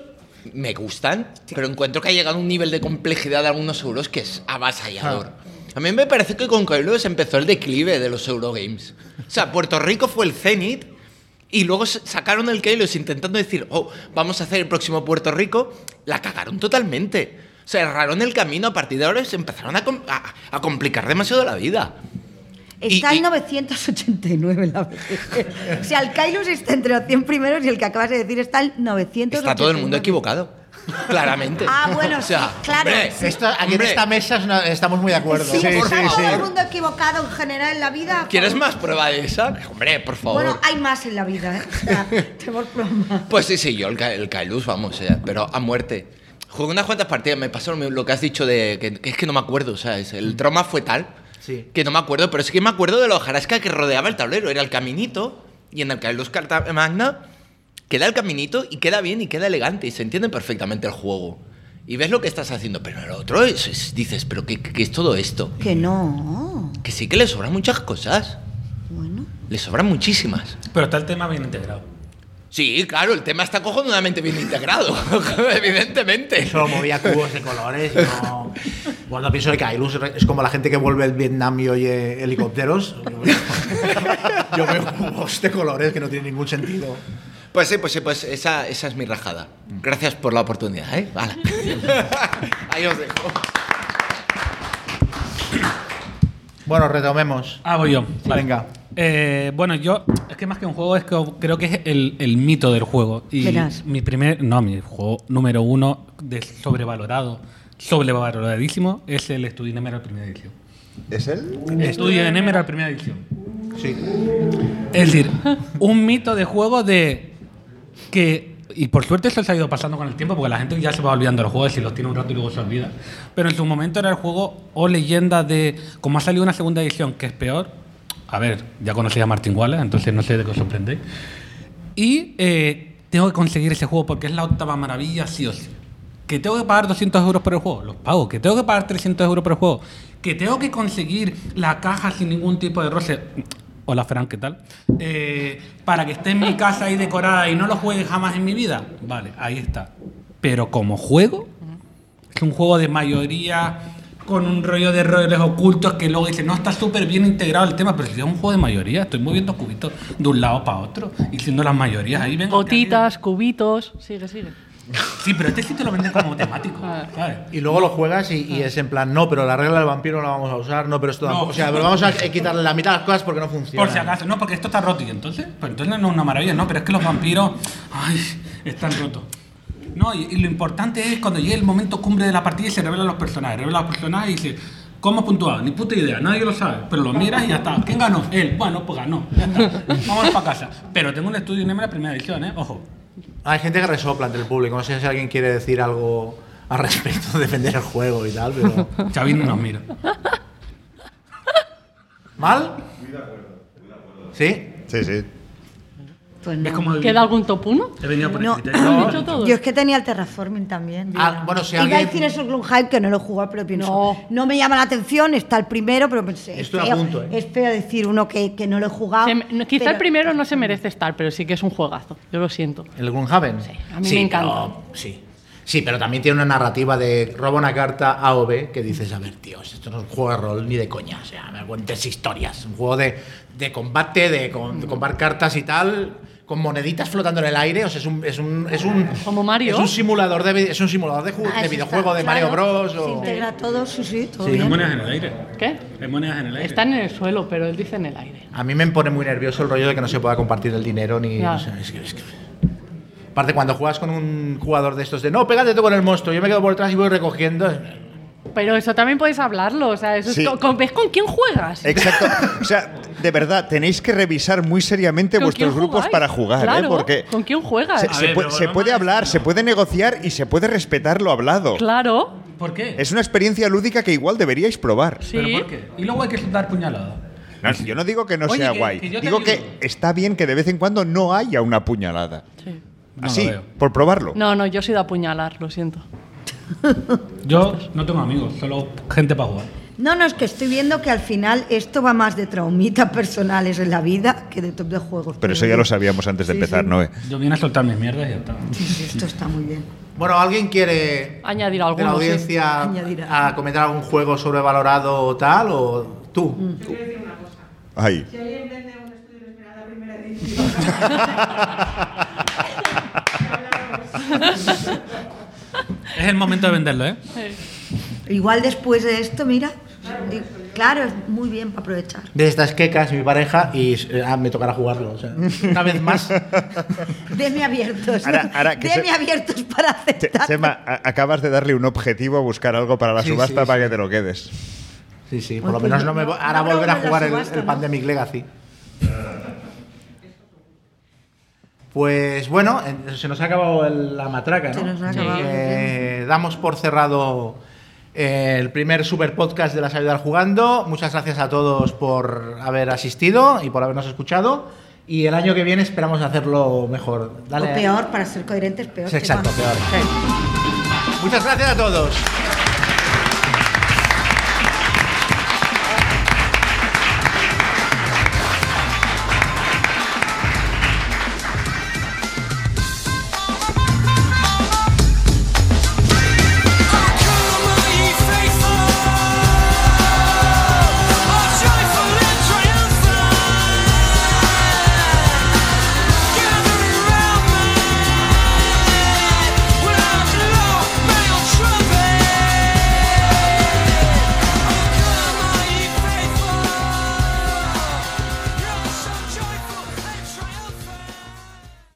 me gustan, pero encuentro que ha llegado un nivel de complejidad de algunos euros que es avasallador. A mí me parece que con Coelho se empezó el declive de los Eurogames. O sea, Puerto Rico fue el cenit y luego s- sacaron el Keylos intentando decir, oh, vamos a hacer el próximo Puerto Rico. La cagaron totalmente. O sea, erraron el camino. A partir de ahora se empezaron a, com- a- a complicar demasiado la vida. Está Y- y- el 989, la verdad. o sea, el Kailus está entre los 100 primeros y el que acabas de decir está el 989. Está todo el mundo equivocado. Claramente. Ah, bueno, sí, claro, sí. Esto, aquí hombre, en esta mesa es una- estamos muy de acuerdo. Sí, Sí, está sí, todo sí. el mundo equivocado en general en la vida. ¿Quieres más prueba de esa? Hombre, por favor. Bueno, hay más en la vida, ¿eh? O sea, tenemos problemas. Pues sí, sí, yo el, Ca- el Caelus, vamos, eh, pero a muerte. Jugué unas cuantas partidas, me pasó lo mismo- lo que has dicho de que, que es que no me acuerdo, ¿sabes? El trauma fue tal Sí. que no me acuerdo, pero sí que me acuerdo de la hojarasca que rodeaba el tablero. Era el caminito y en el Caelus Carta Magna queda el caminito y queda bien y queda elegante y se entiende perfectamente el juego. Y ves lo que estás haciendo, pero el otro es- es- dices, ¿pero qué, qué es todo esto? Que no. Que sí que le sobran muchas cosas, Bueno. le sobran muchísimas. Pero está el tema bien integrado. Sí, claro, el tema está cojonudamente bien integrado, evidentemente. Solo movía cubos de colores. y No. Cuando pienso en Kailus, es como la gente que vuelve de Vietnam y oye helicópteros. Yo veo cubos de colores que no tienen ningún sentido. Pues sí, pues sí, pues esa, esa es mi rajada. Gracias por la oportunidad, ¿eh? Hala. Ahí os dejo. Bueno, retomemos. Ah, voy yo. Vale. Venga. Eh, bueno, yo, es que más que un juego, es que creo que es el, el mito del juego. Y Verás. mi primer, no, mi juego número uno de sobrevalorado, sobrevaloradísimo, es el Estudio de Nemera primera edición. ¿Es él? Estudio de Nemera primera edición. Sí. Es decir, un mito de juego de que. Y por suerte eso se ha ido pasando con el tiempo, porque la gente ya se va olvidando de los juegos, si los tiene un rato y luego se olvida. Pero en su momento era el juego o leyenda de. Como ha salido una segunda edición que es peor. A ver, ya conocéis a Martin Wallace, entonces no sé de qué os sorprendéis. Y eh, tengo que conseguir ese juego porque es la octava maravilla, sí o sí. Que tengo que pagar 200 euros por el juego, los pago. Que tengo que pagar 300 euros por el juego. Que tengo que conseguir la caja sin ningún tipo de roce. Hola, Fran, ¿qué tal? Eh, para que esté en mi casa ahí decorada y no lo juegue jamás en mi vida. Vale, ahí está. Pero como juego, es un juego de mayoría con un rollo de roles ocultos que luego dicen, no, está súper bien integrado el tema, pero si es un juego de mayoría, estoy moviendo cubitos de un lado para otro y siendo las mayorías ahí venga, Gotitas, cubitos. Sigue, sigue. Sí, pero este sí te lo venden como temático, Ah. ¿sabes? Y luego lo juegas y, y es en plan, no, pero la regla del vampiro no la vamos a usar, Ah. no, pero esto tampoco. O sea, pero vamos a quitarle la mitad de las cosas porque no funciona. Por si acaso, no, porque esto está roto y entonces, pues entonces no es una maravilla, no, pero es que los vampiros, ay, están rotos. No, y, y lo importante es cuando llegue el momento cumbre de la partida y se revelan los personajes, revelan los personajes y dices, ¿cómo has puntuado? Ni puta idea, nadie lo sabe, pero lo miras y ya está. ¿Quién ganó? Él, bueno, pues ganó, ya está. Vámonos para casa. Pero tengo un estudio en la primera edición, ¿eh? Ojo. Hay gente que resopla entre el público, no sé si alguien quiere decir algo al respecto de defender el juego y tal, pero. Chavín no nos mira. ¿Mal? ¿Sí? Sí, sí. Pues ¿Ves no. cómo he ¿Queda algún top 1? he venido este por No. el criterio? ¿Has dicho todo? Yo es que tenía el terraforming también. Ah, mira. bueno, si Iba alguien- a decir eso Gloomhaven, que no lo he jugado, pero pienso. No. No. me llama la atención, está el primero, pero pensé. Estoy a es feo, punto, ¿eh? Es feo decir uno que, que no lo he jugado. Se me- no, quizá el Ah, pero- primero no se merece estar, pero sí que es un juegazo. Yo lo siento. ¿El Gloomhaven? Sí, a mí me encanta. pero- sí. Sí, pero también tiene una narrativa de roba una carta A o B que dices, a ver, tíos, esto no es un juego de rol ni de coña. O sea, me cuentes historias. Un juego de, de combate, de, com- de comprar cartas y tal, con moneditas flotando en el aire. O sea, es un. Es un, es un Como Mario. Es un simulador de, vi- es un simulador de, ju- Ah, de eso videojuego está, de claro. Mario Bros. Se O... integra todo, sí, sí, todo Hay bien. monedas en el aire. ¿Qué? Hay monedas en el aire. Están en el suelo, pero él dice en el aire. A mí me pone muy nervioso el rollo de que no se pueda compartir el dinero ni. Ya. o sea, es que- es que- Aparte, cuando juegas con un jugador de estos de no, pégate tú con el monstruo, yo me quedo por detrás y voy recogiendo. Pero eso también podéis hablarlo. O sea, eso es Sí. co- con- ¿ves con quién juegas? Exacto. O sea, de verdad, tenéis que revisar muy seriamente ¿Con quién vuestros grupos jugáis? para jugar, ¿eh? Claro, Porque ¿Con quién juegas? se, A se ver, pu- pero se no puede me hablar, decís, se no. puede negociar y se puede respetar lo hablado. Claro. ¿Por qué? Es una experiencia lúdica que igual deberíais probar. Sí. ¿Pero por qué? Y luego hay que dar puñalada. No, yo no digo que no Oye, sea que- guay. que yo te digo ayudo. que está bien que de vez en cuando no haya una puñalada. Sí. No Así, lo veo. por probarlo. No, no, yo soy de apuñalar, lo siento. Yo no tengo amigos, solo gente para jugar. No, no, es que estoy viendo que al final esto va más de traumitas personales en la vida que de top de juegos. Pero eso ya lo sabíamos antes de Sí, empezar, sí. Noé. Yo vine a soltar mis mierdas y ya está. Sí, sí, esto está muy bien. Bueno, ¿alguien quiere Añadir de alguno, la sí. audiencia Añadir algo. a comentar algún juego sobrevalorado o tal? ¿O tú? Ay. Si alguien vende un estudio de Esmeralda primera edición. Es el momento de venderlo, ¿eh? Igual después de esto, mira. y- Claro, es muy bien para aprovechar. De estas quecas, mi pareja, y eh, ah, me tocará jugarlo. o sea, una vez más. Deme abiertos. Ahora- ahora que se- Deme abiertos para Che- aceptar. Chema, a- acabas de darle un objetivo a buscar algo para la Sí, subasta sí, para sí. que te lo quedes. Sí, sí, por lo Pues menos no- no me. vo- no Ahora habrá volver a una jugar el, subasta, el ¿no? Pandemic Legacy. Pues bueno, eh, se nos ha acabado el- la matraca, ¿no? Se nos ha Así acabado, que damos por cerrado eh, el primer super podcast de las ayudas jugando. Muchas gracias a todos por haber asistido y por habernos escuchado. Y el año que viene esperamos hacerlo mejor. Dale. o peor, para ser coherentes, peor. Sí, exacto, Chema. peor. Muchas gracias a todos.